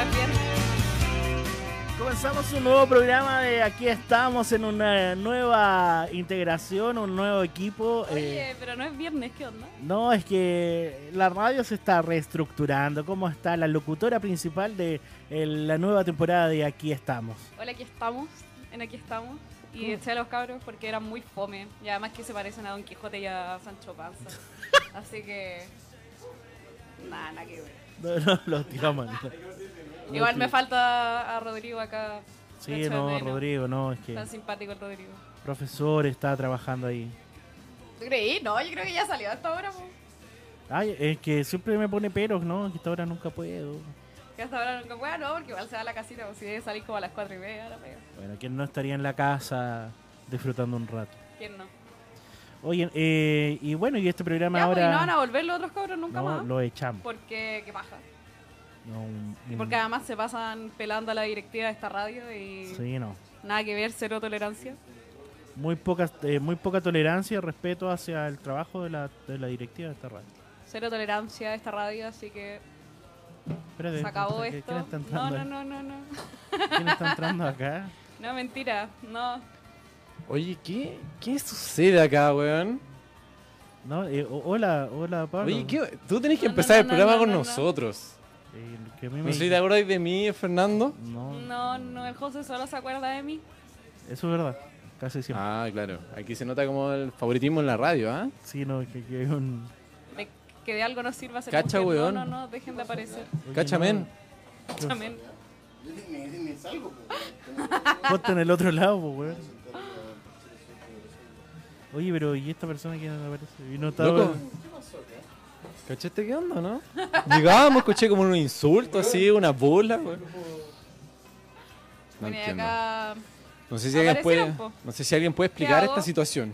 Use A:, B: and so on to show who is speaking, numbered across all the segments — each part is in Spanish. A: Eh. comenzamos un nuevo programa de aquí estamos en una nueva integración, un nuevo equipo. eh,
B: Oye, pero no es viernes, ¿qué onda?
A: no, es que la radio se está reestructurando. ¿Cómo está la locutora principal de eh, la nueva temporada de Aquí estamos?
B: Hola, aquí estamos, en aquí estamos. Y eché a los cabros porque eran muy fome. Y además que se parecen a Don Quijote y a Sancho Panza. Así que. Nada, nada que ver.
A: No, no, los tiramos.
B: Igual me falta a Rodrigo acá. Lo
A: Sí,
B: echo de
A: no,
B: menos.
A: Rodrigo, no, es que
B: Tan
A: el
B: simpático el Rodrigo.
A: profesor está trabajando ahí.
B: ¿Tú creí? No, yo creo que ya salió hasta ahora, po.
A: Ay, es que siempre me pone peros, ¿no? Que esta hora nunca puedo.
B: Que hasta ahora nunca pueda, no, porque igual se va a la casita, pues si debe salir como a las cuatro y media, ahora pega.
A: Bueno, ¿quién no estaría en la casa disfrutando un rato?
B: ¿Quién no?
A: Oye, eh, y bueno, y este programa
B: Ya, pues, y
A: ahora
B: no van a volver los otros cabros nunca
A: no,
B: más.
A: lo echamos.
B: Porque, qué paja.
A: No, un-
B: Y
A: un-
B: porque además se pasan pelando a la directiva de esta radio y
A: Sí, no.
B: nada que ver, cero tolerancia.
A: Muy poca, eh, muy poca tolerancia y respeto hacia el trabajo de la, de la directiva de esta radio.
B: Cero tolerancia a esta radio, así que
A: Espérate,
B: se acabó
A: ¿quién
B: esto. No,
A: está entrando?
B: no, no, no, no.
A: ¿Quién está entrando acá?
B: No, mentira. No.
C: Oye, ¿qué, qué sucede acá, weón?
A: No, eh, o- hola, hola, Pablo.
C: Oye, ¿qué- tú tenés que
B: No, no,
C: empezar
B: no,
C: el
B: no,
C: programa
B: no,
C: con
B: no, no.
C: nosotros.
A: Eh, que a mí
C: No
A: me-
C: sé si te acuerdas de mí, Fernando.
A: No,
B: No, no, el José solo se acuerda de mí.
A: eso es verdad. Casi siempre.
C: Ah, claro. Aquí se nota como el favoritismo en la radio, ¿ah?
A: Sí, no, que, que es un...
B: De que de algo nos sirva ser
C: Cacha,
B: mujer.
C: weón.
B: No, no, no, dejen de aparecer.
A: Oye,
C: Cachamen.
A: no,
B: Amén.
D: Yo me, me salgo,
A: Ponte en el otro lado, pues, weón. Oye, pero ¿y esta persona que no aparece? Y no está-
C: Loco. ¿Cachaste qué onda, no? Llegábamos, escuché como un insulto así, una burla, weón. No
B: Bueno, y
C: entiendo.
B: acá
C: No sé, si alguien puede,
B: Aparecieron, po.
C: no sé si alguien puede explicar
B: ¿Qué hago?
C: esta situación.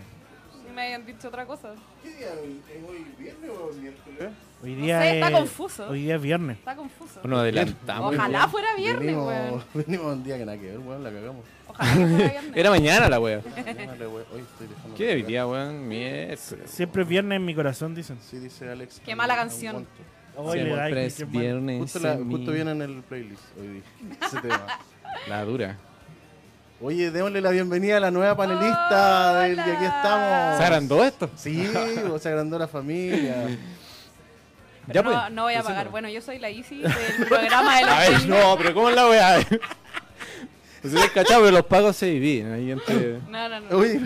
B: me habían dicho otra cosa.
D: ¿Qué día hoy? ¿Es hoy viernes o miércoles?
A: Hoy
B: No
A: día
B: sé, está
A: es...
B: confuso.
A: Hoy día es viernes.
B: Está confuso.
C: Nos adelantamos.
B: Ojalá fuera viernes, weón.
D: Venimos un día que nada que ver, weón, la cagamos.
B: Ojalá fuera viernes.
C: Era mañana la weón.
D: Madre, weón, Hoy estoy dejando.
C: ¿Qué debería, weón? Miércoles.
A: Siempre es viernes en mi corazón, dicen.
D: Sí, dice Alex.
B: Qué mala
D: Aguanto.
B: canción.
A: Hoy le da,
C: Siempre es
A: qué mal.
C: viernes.
D: Justo, la-
C: en
D: justo
C: mí.
D: viene en el playlist hoy día, ese tema.
C: La dura.
D: Oye, démosle la bienvenida a la nueva panelista del de
B: Hola.
D: aquí estamos.
C: ¿Se agrandó esto?
D: Sí, o se agrandó la familia.
C: Ya,
B: Pero no,
C: pues,
B: no voy a
C: decímelo.
B: pagar. Bueno, yo soy la Isi del programa de los
C: A ver,
B: viernes.
C: no, pero ¿cómo es la weá? No sé si es cachado, pero los pagos se dividen. ahí entre-
B: No, no, no.
D: Oye,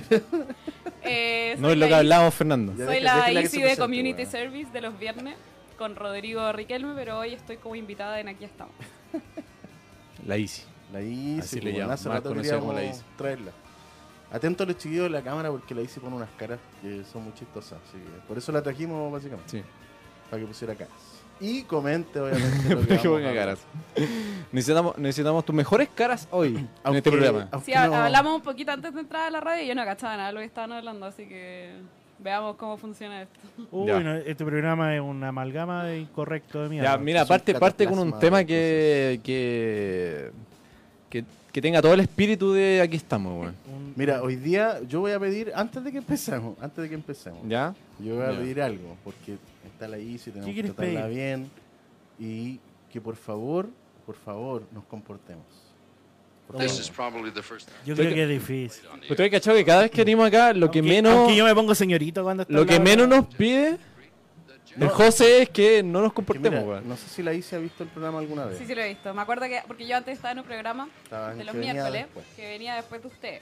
B: Eh,
C: No
B: soy
C: es lo
B: la
C: que
B: Isi-
C: hablábamos, Fernando.
D: Ya
B: Soy
D: deja-
B: la
D: déjela que se
B: Easy de
D: presente,
B: Community
D: weón.
B: Service de los viernes con Rodrigo Riquelme, pero hoy estoy como invitada en Aquí estamos.
C: La Easy.
D: La Isi,
C: Así le
D: weón,
C: llaman,
D: hace
C: más
D: rato
C: conocida como
D: queríamos
C: la Isi.
D: traerla. Atento a los chiquillos de la cámara porque la Isi pone unas caras que son muy chistosas. así que por eso la trajimos básicamente,
C: Sí.
D: para que pusiera caras. Y comente, obviamente, lo que
C: Qué
D: vamos a
C: buena
D: hablar.
C: caras. Necesitamos, necesitamos tus mejores caras hoy en
D: Aunque-
C: este programa.
D: Eh, aunque
B: Sí, ha-
D: no-
B: hablamos un poquito antes de entrar a la radio y yo no cachaba nada de lo que estaban hablando, así que veamos cómo funciona esto.
A: Uy,
C: Ya.
A: no, este programa es una amalgama de incorrecto de mierda.
C: Ya, mira,
D: Es un
C: parte, parte con un tema
D: cataplasma de
C: que, que, que, que tenga todo el espíritu de aquí estamos, weón.
A: Un-
D: Mira, hoy día yo voy a pedir, antes de que empecemos, antes de que empecemos,
C: ¿Ya?
D: yo voy a
C: Ya.
D: pedir algo, porque está la Isi, tenemos que
A: quieres
D: tratarla
A: pedir?
D: bien y que por favor, por favor, nos comportemos. Por
E: This
D: favor.
E: is probably the first time.
A: yo creo que es difícil.
C: Pero Pues tú has cachado que cada vez que venimos acá, lo que
A: Aunque-
C: menos,
A: aunque yo me pongo señorito cuando está
C: lo que
A: al lado de-
C: menos nos pide el José es que no nos
D: Que mira,
C: comportemos, weón.
D: no sé si la Isi ha visto el programa alguna vez.
B: Sí, sí lo he visto. Me acuerdo que, porque yo antes estaba en un programa
D: Estaba en
B: de los
D: que venía
B: miércoles
D: después.
B: que venía después de usted.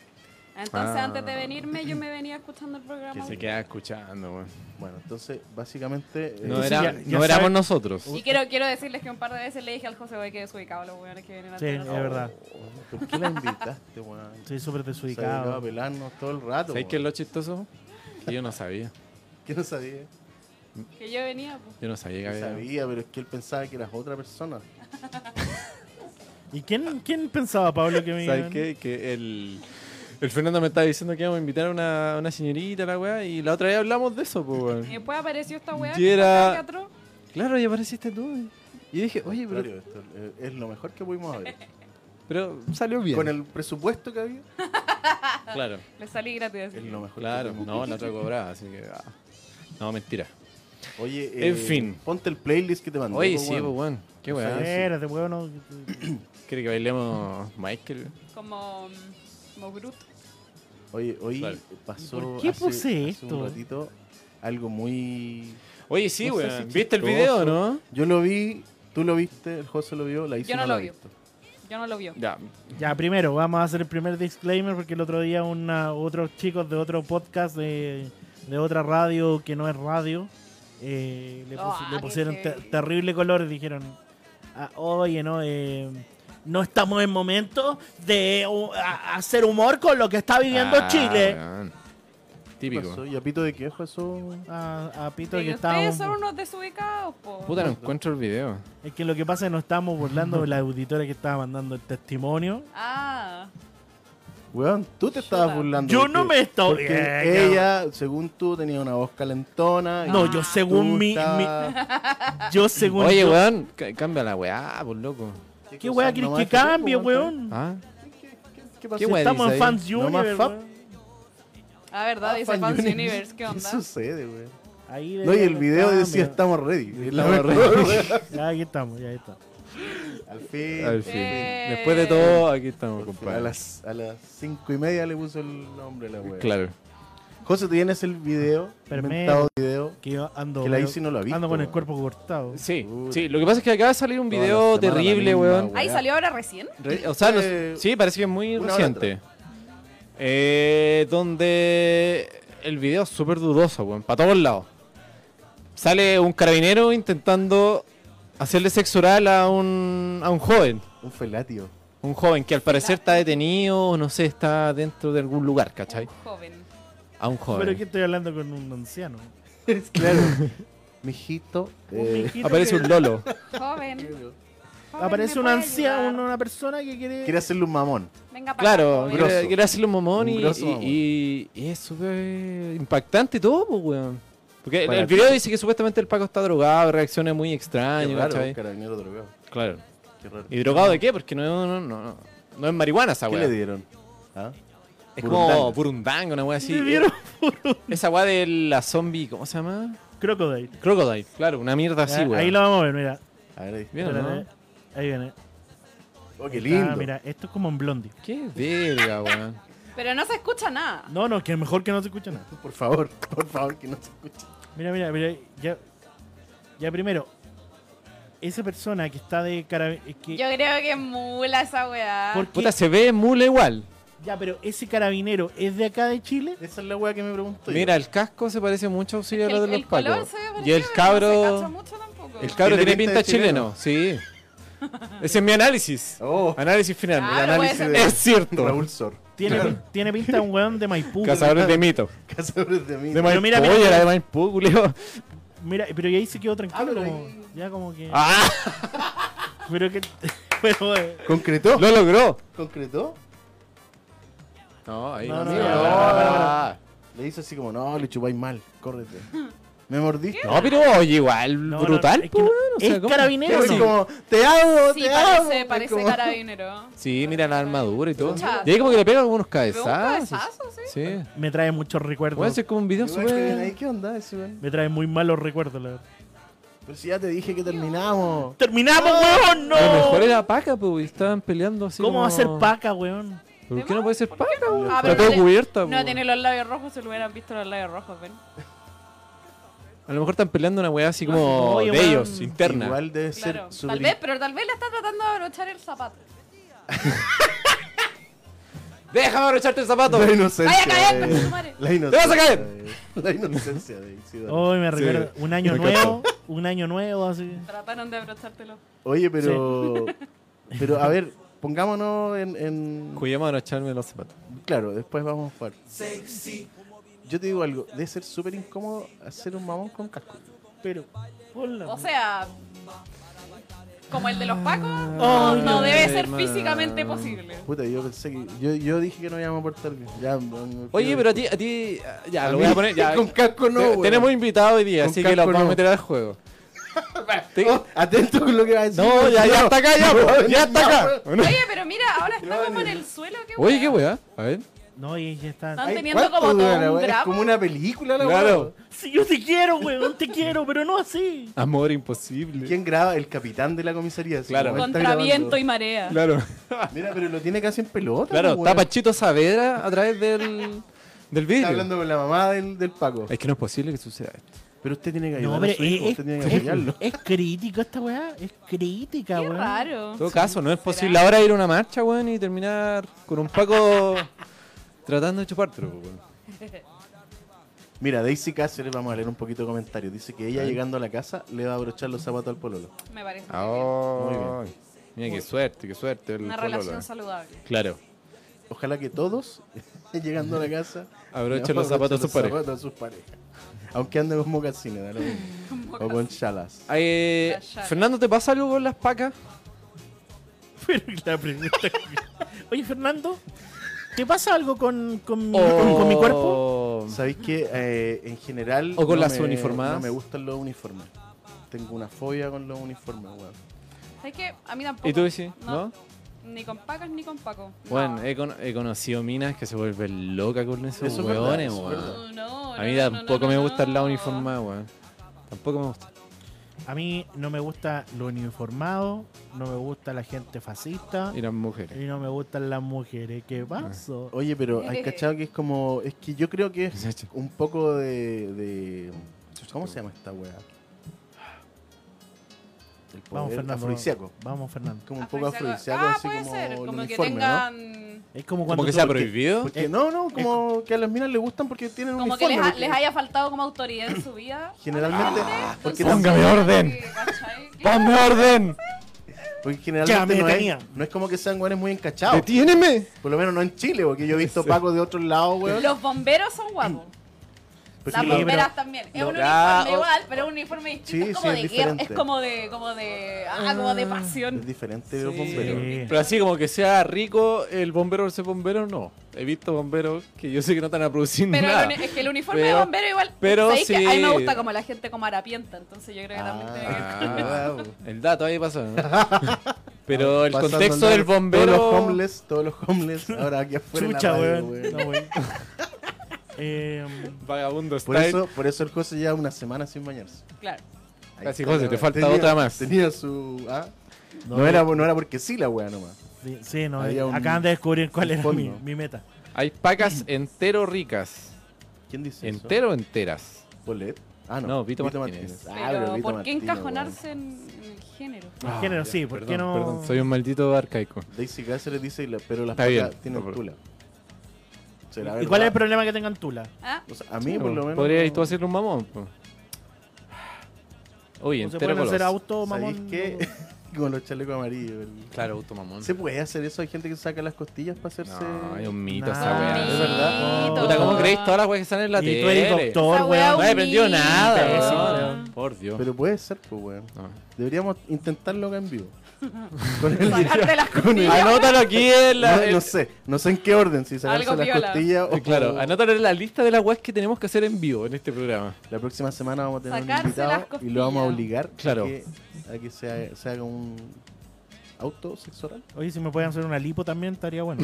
B: Entonces,
C: pues. Ah.
B: antes de venirme, yo me venía escuchando el programa.
C: Se queda escuchando, weón.
D: Bueno, entonces, básicamente... eh,
C: No,
A: Entonces
C: era,
A: ya- ya
C: no éramos
A: saben-
C: nosotros.
B: Y quiero, quiero decirles que un par de veces le dije al José, güey, que desubicado los weones que vienen a
A: Sí, es verdad.
D: oh, ¿Por qué la invitaste, weón?
A: Soy súper
D: Se dedicaba a
A: desubicado.
D: pelarnos todo el rato.
C: ¿Sabes qué es
D: weón.
C: lo chistoso? Que yo no sabía.
D: Que no sabía?
B: Que yo venía, pues.
C: Yo no sabía que
D: No
C: había.
D: sabía, pero es que él pensaba que eras otra persona.
A: ¿Y quién, quién pensaba, Pablo, que me
C: ¿Sabes qué? Que el, el Fernando me estaba diciendo que íbamos a invitar a una, una señorita, la weá, y la otra vez hablamos de eso, pues,
B: Y
C: weón.
B: después apareció esta weá
C: Y
B: que
C: era-
B: era... teatro.
C: Claro, y apareciste tú. Y dije, oye, pero,
D: Claro, esto, eh, es lo mejor que pudimos haber. hecho.
C: pero salió bien.
D: Con el presupuesto que había,
C: Claro,
B: Le salí gratis.
D: es lo mejor
C: claro.
D: que pudimos
C: No,
D: haber
C: la otra cobraba, así que. ah. No, mentira.
D: hecho. Oye, eh,
C: En fin.
D: Ponte el playlist que te mandé.
C: Oye,
D: po,
C: sí, pues,
D: weón.
C: weón. Qué
D: No
C: weá.
D: sabía.
A: Espérate, weón. no-
C: ¿Quiere que bailemos Michael?
B: Como, mm, como Groot.
D: Oye, hoy
C: Vale.
D: pasó
A: ¿Por qué
D: hace-
A: puse
D: hace
A: esto?
D: un ratito algo muy...
C: Oye, sí,
D: No sé
C: weón.
D: si
C: ¿Viste el
D: chistoso.
C: video, no?
D: Yo lo vi, tú lo viste, el José lo vio, la hizo
B: Yo no
D: la
B: lo
D: ha
B: vi.
D: visto.
B: Yo no lo vio.
C: Ya.
A: Ya, primero, vamos a hacer el primer disclaimer porque el otro día una, otros chicos de otro podcast de, de otra radio que no es radio eh, le, pus-
B: Ah,
A: le
B: qué
A: pusieron te-
B: heavy.
A: terrible color y dijeron, "Ah, oye, no, eh, no estamos en momento de uh, a- hacer humor con lo que está viviendo
C: Ah,
A: Chile.
C: weón.
D: ¿Qué
C: Típico.
D: pasó? ¿Y a pito de qué pasó?
A: A, a Pito
B: Y ustedes
A: que estábamos...
B: son unos desubicados, po.
C: Puta, no encuentro el video.
A: Es que lo que pasa es que nos estábamos burlando de la auditora que estaba mandando el testimonio.
B: Ah,
D: Weón, tú te estabas
B: Chuta.
D: burlando.
A: Yo
D: porque-
A: no me estoy-
D: porque
A: Eh,
D: Ella, según tú, tenía una voz calentona. y
A: No, yo
D: tú
A: según mi-
D: estabas-
B: Ah.
A: Yo según...
C: Oye,
A: yo-
C: weón, ca- cambia la weá, por loco.
A: ¿Qué
D: cosas
A: weá querés
D: nomás
A: que
D: que-
A: cambie, weón?
C: ¿Ah?
D: ¿Qué pasó?
A: Si
C: ¿Qué weá
A: estamos
C: dice
A: en
C: ahí?
A: Fans
D: No más
A: Universe.
D: fab.
A: weón.
B: ah, verdad,
D: Ah,
B: dice
D: Fan
B: Fans
D: Universe.
B: Universe, ¿qué onda?
D: ¿Qué sucede, weón?
A: Ahí
D: No, y el
A: veía-
D: video
A: Ah,
D: decía
A: mira.
D: estamos ready. Es la
C: Estamos
D: mejor, weón.
A: Ya, aquí estamos, ya está.
D: Al fin.
C: Al fin.
B: Eh.
C: Después de todo, aquí estamos,
D: Por fin. A
C: compadre.
D: las, a las cinco y media le puso el nombre a la weá.
C: Claro.
D: José, tienes el video,
A: Pero me-
D: inventado video.
A: Que yo ando,
D: Que la
A: medio-
D: Isi no lo ha visto,
A: ando con el
D: weón.
A: cuerpo cortado.
C: Sí,
D: Puta.
C: sí. Lo que pasa es que acaba de salir un
D: Toda
C: video
D: la semana la
C: terrible,
D: misma,
C: weón.
D: weón.
B: Ahí
D: weá.
B: salió ahora recién.
C: Re- o sea, no-
D: Eh,
C: sí, parece que es muy
D: una hora
C: reciente. Eh, donde el video es súper dudoso, weón, para todos lados. Sale un carabinero intentando hacerle sexo oral a un, a un joven.
D: Un felatio.
C: Un joven que al parecer está detenido, o no sé, está dentro de algún lugar, ¿cachai?
B: Un joven.
C: A un joven.
A: Pero que estoy hablando con un anciano.
D: Claro. Mijito.
A: Un
D: eh,
A: mijito
C: Aparece
A: que-
C: un lolo.
B: Joven. joven,
A: aparece
B: ¿me
A: un
B: puede
A: anciano,
B: ayudar?
A: una, una persona que quiere.
D: Quiere hacerle un mamón.
B: Venga para
C: Claro,
B: acá, joven.
D: grosso.
C: quiere quiere hacerle un mamón
D: Un
C: y,
D: grosso
C: y-
D: mamón.
C: y- y es súper impactante todo, pues, weón. Porque el,
D: Para
C: el
D: ti.
C: video dice que supuestamente el Paco está drogado, reacciones muy
D: Qué
C: extrañas,
D: raro,
C: Ah, ¿cachai?
D: un carabinero drogado.
C: Claro.
D: Qué raro.
C: ¿Y drogado de qué? Porque no, no, no, no, no es marihuana esa
D: ¿Qué
C: weá.
D: le dieron? ¿Ah?
C: Es
D: Burundanga.
C: como burundanga, una weá así. Eh,
A: Le dieron
C: Esa weá de la zombie, ¿cómo se llama?
A: Crocodile.
C: Crocodile, claro, una mierda
A: Ya,
C: así, weá.
A: ahí lo vamos a ver, mira.
D: A ver, ahí.
C: ¿Vieron,
A: Espérate, eh.
C: no?
A: Ahí viene.
D: Oh, qué
A: Está,
D: lindo.
A: mira, esto es como en Blondie.
C: Qué verga, weón.
B: Pero no se escucha nada.
A: No, no, que mejor que no se escuche nada.
D: Por favor, por favor, que no se escuche.
A: Mira, mira, mira, ya, ya primero, esa persona que está de cara, que,
B: Yo creo que es mula esa weá.
A: ¿Por qué?
C: Puta, se ve mula igual.
A: ya, pero ese carabinero es de acá de Chile.
D: Esa es la weá que me pregunto. yo.
C: Mira, el casco se parece mucho a auxilio a
B: el,
C: la de los
B: el color
C: Pacos.
B: se ve
C: Y
B: parecido,
C: el
B: pero No se
C: cabro.
B: cacha mucho tampoco.
C: El cabro
D: Tiene
C: tiene
D: pinta
C: pinta
D: de
C: chileno, sí. Ese es mi análisis.
D: Oh,
C: Análisis final.
B: Ah,
D: el
B: Claro,
D: análisis
B: puede
D: de
C: Es cierto.
D: Raúl Sor.
A: Tiene, pin- tiene pinta de un weón de Maipú.
C: Cazadores de mito.
D: Cazadores de mí.
C: De Maipú,
A: mira,
C: mira,
A: mira, mira.
C: era de Maipú, culio.
A: Mira, pero y ahí se quedó tranquilo,
D: Ah, pero
A: como-
D: ahí-
A: ya como que...
C: ¡Ah!
A: Pero que... pero, eh,
D: ¿Concretó?
C: Lo logró.
D: ¿Concretó?
C: No, ahí
A: No,
C: no.
A: no,
C: sí,
A: no,
C: no,
A: no, no, no,
C: Ah.
D: Le hizo así como, no, le chupáis mal, córrete. Me mordiste.
C: No, pero oye, igual
A: no, no,
C: brutal, pues,
A: es
C: es
A: que no- es carabinero,
D: Pero
A: sí.
D: es como, te hago,
B: Sí,
D: te hago.
B: parece,
D: Es
B: parece
D: como-
B: carabinero.
C: Sí, mira la armadura y todo.
B: Chucha.
C: Y ahí como que le pega como unos
B: Pero un
C: cabezazos.
B: cabezazo, ¿eh? sí.
C: Sí.
A: me trae muchos
C: Bueno,
A: recuerdos.
C: ese es como un video
D: Igual que ven ahí,
C: súper.
D: ¿Qué onda ese, weón?
A: Me trae muy malos recuerdos, la verdad.
D: Pero si ya te dije que terminamos.
A: ¡Terminamos, weón!
C: Ah. Lo mejor
A: ¡No!
C: era Paca, pues, estaban peleando así.
A: ¿Cómo va a ser
C: como-
A: paca, weón?
C: ¿Por qué no puede ser Paca, weón?
B: Ah, pero
C: Está todo
B: tiene-
C: cubierta,
B: No
C: pues.
B: tiene los labios rojos, se lo hubieran visto los labios rojos, ven.
C: A lo mejor están peleando una weá así como
A: Oye,
C: de
A: weón.
C: ellos, interna.
D: Igual debe
B: Claro.
D: ser súper
B: Tal vez, pero tal vez le está tratando de abrochar el zapato.
C: ¡Déjame abrocharte el zapato!
D: La inocencia.
B: Vaya a caer,
D: de-
B: concha tu madre.
D: La inocencia.
C: vas a caer.
D: de- La inocencia de Isidoro.
C: Oh,
A: Hoy me recuerda un año
C: me
A: nuevo, un año nuevo, así.
B: Trataron de abrochártelo.
D: Oye, pero. Pero a ver, pongámonos en. en-
C: Cuidemos de echarme los zapatos.
D: Claro, después vamos a jugar. Yo te digo algo, debe ser súper incómodo hacer un mamón con casco.
A: Pero, hola.
B: O sea, como el de los pacos,
A: Ay,
B: no debe
C: no,
B: ser
C: man.
B: físicamente posible.
D: Puta, yo pensé que. Yo, yo dije que no íbamos a portar bien. Ya, me- me
C: Oye,
D: pido
C: pero a ti, a ti. Ya,
D: A
C: lo
D: mí-
C: voy a poner. Ya.
D: Con casco no,
C: Te-
D: weón.
C: Tenemos invitado hoy día,
D: Con
C: así que los
D: casco
C: vamos
D: no.
C: a meter al juego. Te-
D: Oh, atento con lo que va a decir.
C: No, ya, ya está acá, ya, po, ya está acá.
B: Oye, pero mira, ahora está como en el suelo, qué
C: Oye,
B: weá.
C: qué weá. A ver.
A: No, y ya
B: Están
A: está.
D: Ay,
B: teniendo
D: ¿cuánto
B: como todo
D: dura,
B: un
D: weón? Es
B: drama.
D: como una película, la
C: Claro.
D: weón.
A: Si yo te quiero, weón, te quiero, pero no así.
C: Amor imposible.
D: ¿Quién graba? El capitán de la comisaría. así
C: Claro.
D: como está
B: Contra
D: grabando.
B: viento y marea.
C: Claro.
D: Mira, pero lo tiene casi en pelota. pues,
C: Claro,
D: weón.
C: está Pachito Saavedra a través del, del
D: Está
C: vidrio.
D: hablando con la mamá del, del Paco.
C: Es que no es posible que suceda esto.
D: Pero usted tiene que ayudar
A: No, eh, pero
D: a su hijo,
A: es,
D: usted tiene
A: es-
D: que apoyarlo.
A: es crítica esta weá. Es crítica,
B: Qué
A: weón.
B: raro.
C: En todo caso, no es posible ahora ir a una marcha, weón, y terminar con un Paco tratando de chupártelo, weón.
D: Mira, Daisy Cáceres, vamos a leer un poquito de comentarios. Dice que ella llegando a la casa le va a abrochar los zapatos al pololo.
B: Me parece. muy
C: Ah, Mira, qué suerte, qué suerte. el
B: bien. Una
C: pololo,
B: relación
C: eh.
B: saludable.
C: Claro.
D: Ojalá que todos, llegando a la casa,
C: Abrochen
D: le
C: los zapatos a sus parejas.
D: zapatos a sus parejas. Aunque ande con mocasines, da lo mismo. O con chalas.
C: Eh,
B: La llave.
C: Fernando, ¿te pasa algo con las pacas?
A: Pero la pregunta. Oye, Fernando, ¿te pasa algo con, con, mi-
C: O-
A: con- con mi cuerpo?
D: ¿Sabéis que eh, en general.
C: O con
D: no
C: las
D: me-
C: uniformadas.
D: No me gustan los uniformes. Tengo una fobia con los uniformes, weón.
B: ¿Sabes qué? A mí tampoco.
C: ¿Y tú, sí? ¿No?
B: No. Ni con Pacos ni con Paco.
C: Bueno, eh,
B: No.
C: he, con- he conocido minas que se vuelven locas con esos
D: Eso es verdad,
C: hueones,
D: eso es
C: weón.
D: verdad.
B: No, no,
C: A mí
B: no, no,
C: tampoco
B: no,
C: me
B: no.
C: gusta la uniformada, weón. Tampoco me gusta.
A: A mí no me gusta lo uniformado, no me gusta la gente fascista
C: Y Ah. las mujeres.
A: y no me gustan las mujeres. ¿Qué pasó?
D: Oye, pero hay cachado que es como. Es que yo creo que es un poco de. de- ¿Cómo se llama esta weá? El poder
A: Vamos, Fernando.
D: afrodisíaco.
A: Vamos, Fernando.
D: Como un poco afrodisíaco,
B: Ah,
D: así
B: puede
D: como.
B: ser.
D: el
B: Como que
D: uniforme, ¿no?
B: tengan.
A: Es como cuando
C: ¿Como que
A: tú-
C: sea prohibido?
D: Porque, no, no, como que a las minas les gustan porque tienen un
B: Como que les, ha- les Ah, haya faltado como autoridad en su vida.
D: Generalmente, Ah, porque,
B: Entonces,
C: Póngame
B: como
C: orden.
B: que, ¿cachai?
C: ¡Ponme orden!
D: tam- porque generalmente
A: Ya me
D: no
A: tenía.
D: es, no es como que sean güeyes muy encachados.
C: ¡Detiéneme!
D: Por lo menos no en Chile, porque yo he visto pacos de otros lados, weón.
B: Los bomberos son guapos.
D: Porque
B: Las
A: sí,
D: los-
A: pero-
B: bomberas también. Es
D: Pues lo-
B: un
C: Ah,
B: uniforme
C: oh.
B: igual, pero es un uniforme distinto.
D: Sí,
B: es como
D: sí, es
B: de guerra. Es
D: diferente.
B: como de. Como de ah, como de pasión.
D: es diferente de los bomberos.
A: Sí.
C: Pero así como que sea rico el bombero versus bombero, no. He visto bomberos que yo sé que no están a producir
B: Pero
C: nada.
B: el uni- es que el uniforme
C: Pero-
B: de bombero igual.
C: pero
B: ¿sabéis que
C: sí.
B: A mí me gusta como la gente como harapienta, entonces yo creo que
D: Ah.
B: también tiene que ver.
C: Ah,
D: Wow.
C: el dato ahí pasó. ¿no? Pero el
D: Pasando
C: contexto
D: al-
C: del bombero.
D: Todos los homeless, todos los homeless, ahora aquí afuera. en la
A: Chucha,
D: radio,
A: weón.
D: weón.
A: No, weón. Eh,
C: Vagabundo
D: Por
C: style.
D: eso, por eso el José lleva una semana sin bañarse.
B: Claro.
D: Ahí
C: Casi,
D: está,
C: José,
D: la
C: te
D: weá.
C: falta
D: Tenía-
C: otra más.
D: Tenía su. ¿ah? No,
A: No,
D: era, no era porque sí la weá nomás.
A: Sí, sí, no,
D: Había
A: eh,
D: un-
A: acaban de descubrir cuál
D: un
A: era
D: fondo.
A: mi, mi meta.
C: Hay pacas entero ricas.
D: ¿Quién dice eso?
C: Entero enteras.
D: ¿Polet? Ah, no.
C: No, Vito Martínez.
D: Ah,
B: pero
D: Vito
B: ¿por qué
D: Martínez,
B: encajonarse en, en el género?
A: En género, sí, ¿por qué no?
C: Ah, Perdón, soy un maldito arcaico.
D: weón. Daisy Cáceres dice, y la- pero las
C: Está
D: vacas
C: bien.
D: tienen
C: No, pero-
D: tula. Será
A: ¿Y cuál es el
D: verdad.
A: problema que tengan tula?
B: ¿Ah?
D: O sea, a mí, por lo menos.
C: Podrías
D: no-
C: tú hacerle un mamón. po. Oye,
A: ¿No se
C: entero
A: pueden hacer
C: goloso.
A: auto,
D: ¿Sabéis
A: mamón?
D: qué? Con los chalecos amarillos. el-
C: Claro, auto mamón.
D: ¿Se puede hacer eso? Hay gente que saca las costillas para hacerse.
C: No, es un mito
A: Nah.
C: esa
A: Ah,
C: weá.
D: es verdad.
B: Mito.
C: Puta, ¿cómo creéis todas las weas que están en la
A: Y tú eres
C: tele?
A: doctor,
B: Esa weá
A: weón.
C: No he aprendido
A: Imbécil,
C: nada.
A: weón.
C: weón. Por Dios.
D: Pero puede ser, pues, weón.
C: No.
D: Deberíamos intentarlo acá en vivo. Con el-
B: Sacarte las costillas.
C: Anótalo aquí en la.
D: no,
C: en-
D: no sé, no sé en qué orden, si sacarse
B: Algo
D: las
B: piola.
D: costillas o.
C: Eh, Claro, anótalo en la lista de las weas que tenemos que hacer en vivo en este programa.
D: La próxima semana vamos a tener
B: Sacarse
D: un invitado
B: las
D: y lo vamos a
B: costillas.
D: obligar
C: Claro.
D: a que, a que se, haga, se haga un auto sexual.
A: Oye, si me pueden hacer una lipo también estaría bueno.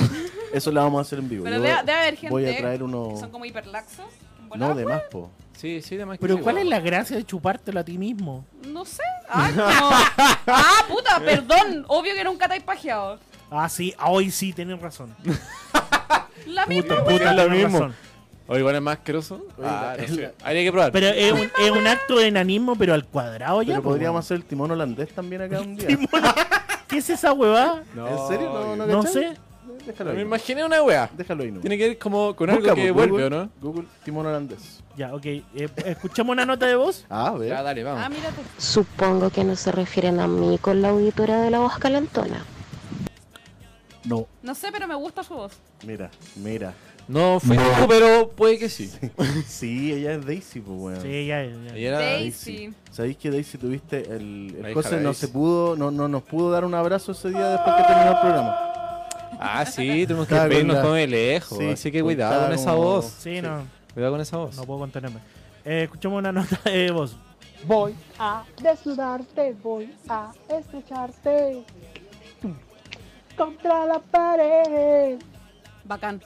D: Eso lo vamos a hacer en vivo.
B: Pero
D: Yo
B: debe, debe haber gente
D: voy a traer
B: que
D: uno.
B: son como hiperlaxos. en volada,
D: No, de más, po.
C: Sí, sí, además que
A: Pero
C: sí,
A: ¿cuál es
C: weón.
A: la gracia de chupártelo a ti mismo?
B: No sé. Ah, no. ah, puta, perdón. Obvio que nunca te has pajeado.
A: Ah, sí, ah, hoy sí, tenés razón.
B: La misma.
A: Puta,
C: weón.
A: puta,
C: Es lo
A: tenés
C: mismo.
A: razón.
C: O igual es más asqueroso. Ah,
D: la-
C: no sé. Habría que probar.
A: Pero es un, es un acto de enanismo, pero al cuadrado ya.
D: Pero
A: po,
D: podríamos
A: weón.
D: hacer el timón holandés también acá un día.
A: ¿Qué es esa huevada?
C: No,
D: ¿En serio? No, no,
A: No
D: cachai?
A: sé.
D: Déjalo
C: Me
D: ahí.
C: imaginé una wea.
D: Déjalo ahí, no.
C: Tiene que ver como con algo que vuelve, ¿o no?
D: pues, Google timón holandés.
A: Ya, ok. eh, escuchamos una nota de voz.
D: Ah, a ver.
C: Ya, dale,
B: Ah,
C: vamos.
B: mírate.
E: Supongo que no se refieren a mí con la auditora de la voz calentona.
A: No.
B: No sé, pero me gusta su voz.
D: Mira, mira.
C: No fue tú, pero puede que sí.
D: Sí, ella es Daisy, pues, weón.
A: Sí, ya, ya.
C: Y era-
B: Daisy.
D: ¿Sabéis que Daisy tuviste el,
C: La
D: el
C: hija
D: José
C: de
D: no
C: Daisy.
D: se pudo, no, no nos pudo dar un abrazo ese día después que terminó el programa?
C: Ah, sí, tenemos que
D: Estaba con
C: pedirnos
D: la-
C: con el lejos.
D: Sí,
C: así que
D: pues,
C: cuidado
D: estaba
C: con esa
D: como-
C: voz.
A: Sí, no,
C: Cuidado con esa voz.
A: no puedo contenerme. Eh, escuchamos una nota de voz.
C: voy.
F: a desnudarte, voy a estrecharte contra la pared.
B: Bacán.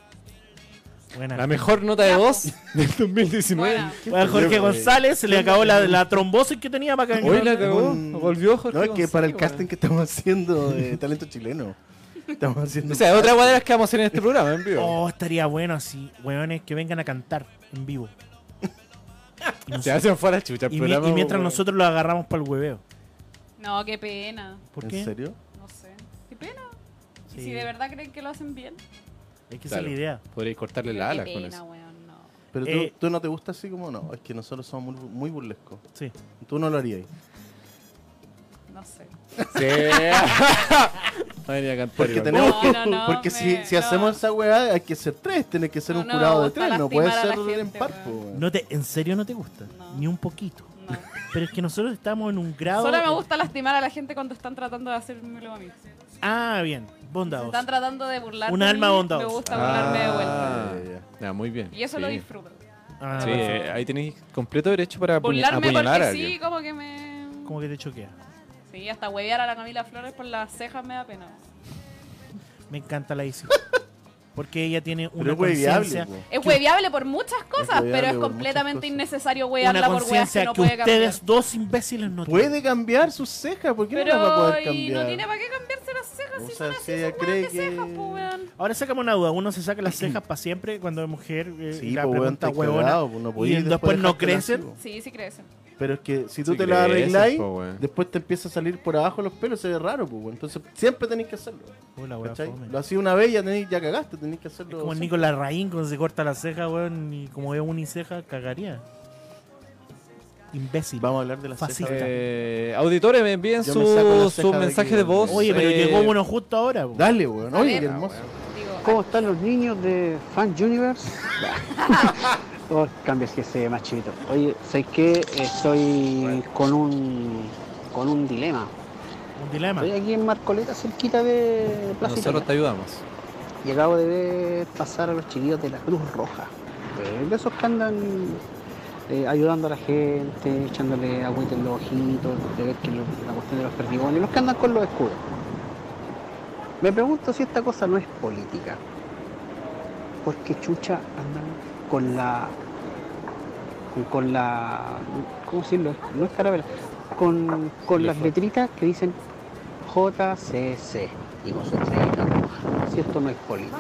A: Buena.
C: La mejor nota de
B: Ya, pues.
C: voz
B: po.
C: del 2019.
B: Buena.
A: Bueno, Jorge González se le acabó la, la trombosis que tenía para
C: Hoy
A: que
C: la cagó.
D: Un-
C: Volvió Jorge
D: No, es que
C: González,
D: para el
C: weón.
D: casting que estamos haciendo de talento chileno. Estamos haciendo.
C: O sea, otra weá de las que vamos a hacer en este programa, en vivo.
A: Oh, estaría bueno así, weones que vengan a cantar en vivo. Y nos-
C: Se hacen fuera chucha el
A: y, mi-
C: programa.
A: y mientras
C: weón.
A: nosotros lo agarramos para el hueveo.
B: No, qué pena.
A: ¿Por
D: ¿En
A: qué?
D: serio?
B: No sé. Qué pena.
A: Sí.
B: ¿Y si de verdad creen que lo hacen bien?
A: Es que esa es
C: Claro.
A: la idea.
C: Podríais cortarle
B: Pero
C: la ala
B: qué
C: con
B: pena,
C: eso.
B: weón, no.
D: Pero tú,
A: Eh.
D: tú no te gusta así como no. Es que nosotros somos muy, muy burlescos.
A: Sí.
D: Tú no lo harías.
B: No sé.
C: Sí. Va a venir a cantar.
D: Porque
C: igual.
D: tenemos
B: No,
D: que.
B: no, no,
D: porque si,
B: me-
D: si
B: no.
D: hacemos esa weá, hay que ser tres. Tiene que ser
B: No,
D: un
B: no,
D: jurado de
B: gusta
D: tres. No puede
B: lastimar a
D: ser
B: la
D: en
B: gente,
D: par,
B: weón.
D: po, weón.
A: No te, ¿En serio no te gusta?
B: No.
A: Ni un poquito.
B: No.
A: Pero es que nosotros estamos en un grado...
B: Solo me gusta lastimar a la gente cuando están tratando de hacérmelo a mí. Se
A: Ah, bien. Bondados.
B: están tratando de burlarme.
A: Un alma
B: y
A: bondadosa.
B: Me gusta burlarme de
C: Ah,
B: vuelta.
D: vuelta. Ya,
C: ya, muy bien.
B: Y eso
C: sí.
B: lo disfruto.
A: Ah,
C: Sí,
A: perfecto.
C: eh, ahí tenéis completo derecho para apuñ-
B: Burlarme
C: apuñalar a
B: porque
C: alguien.
B: sí, como que me.
A: Como que te choquea.
B: Sí, hasta huevear a la Camila Flores por las cejas me da pena.
A: Me encanta la Isi. Porque ella tiene
D: Pero
A: una
D: es hueviable,
A: conciencia...
D: po.
B: Es hueveable por muchas cosas, pero
D: hueveable
B: es
D: por muchas
B: completamente
D: cosas.
B: innecesario
A: Una
B: huevearla por weas que
A: conciencia
B: no
A: que
B: puede cambiar.
A: ustedes dos imbéciles no tienen.
D: Puede cambiar sus cejas. ¿Por qué
B: Pero
D: no las va a poder
B: y
D: cambiar?
B: no tiene para qué cambiarse las cejas
D: O
B: si
D: sea,
B: son
D: si
B: así,
D: ella
B: son
D: cree
B: weas de cejas,
D: que-
B: po, weón.
A: Ahora sacamos una duda. Uno se saca las cejas para siempre cuando es mujer. eh,
D: Sí,
A: y la
D: po, weón,
A: pregunta
D: estáis
A: huevona.
D: cagados, po, pues, no podís
A: y después, no
D: dejártela así,
A: crecen.
D: po.
B: Sí, sí crecen.
D: pues. Pero es que si tú
C: Sí
D: te la
C: creces,
D: arregláis,
C: po, weón.
D: después te empieza a salir por abajo los pelos, se ve raro, pues, weón. Entonces siempre tenéis que hacerlo.
A: Hola, weón,
D: ¿Cachai?
A: fome.
D: Lo hacía una vez, ya, tenéis- ya cagaste, tenéis que
A: Es
D: hacerlo.
A: como el
D: siempre.
A: Nicolás Raín cuando se corta la ceja, weón. Y como es uniceja, cagaría. Imbécil.
D: Vamos a hablar de las
A: Fascista.
D: cejas.
C: Eh, auditores, me envíen
D: Yo me saco la
C: sus
D: ceja
C: su
D: de
C: mensajes
D: aquí,
C: de
D: weón.
C: voz.
A: Oye, pero
C: eh,
A: llegó uno justo ahora. weón.
D: Dale, weón.
B: A
D: Oye,
B: ver.
D: qué hermoso.
B: Digo,
G: ¿Cómo están los niños de Fan Universe? Oh, Todos cambias que se ve más chivito. Oye, sé que estoy con un con un dilema.
A: Un dilema.
G: Estoy aquí en Marcoleta, cerquita de Plaza
C: Nosotros te
G: Italia,
C: ayudamos.
G: Y acabo de ver pasar a los chiquillos de la Cruz Roja. Eh, De esos que andan eh, ayudando a la gente, echándole agüita en los ojitos, de ver que lo- la cuestión de los perdigones, los que andan con los escudos. Me pregunto si esta cosa no es política. Porque chucha andan con la. con la. ¿cómo decirlo? No es carabela. Con, con las letritas que dicen JCC y con su estrellita roja. Si esto no es político.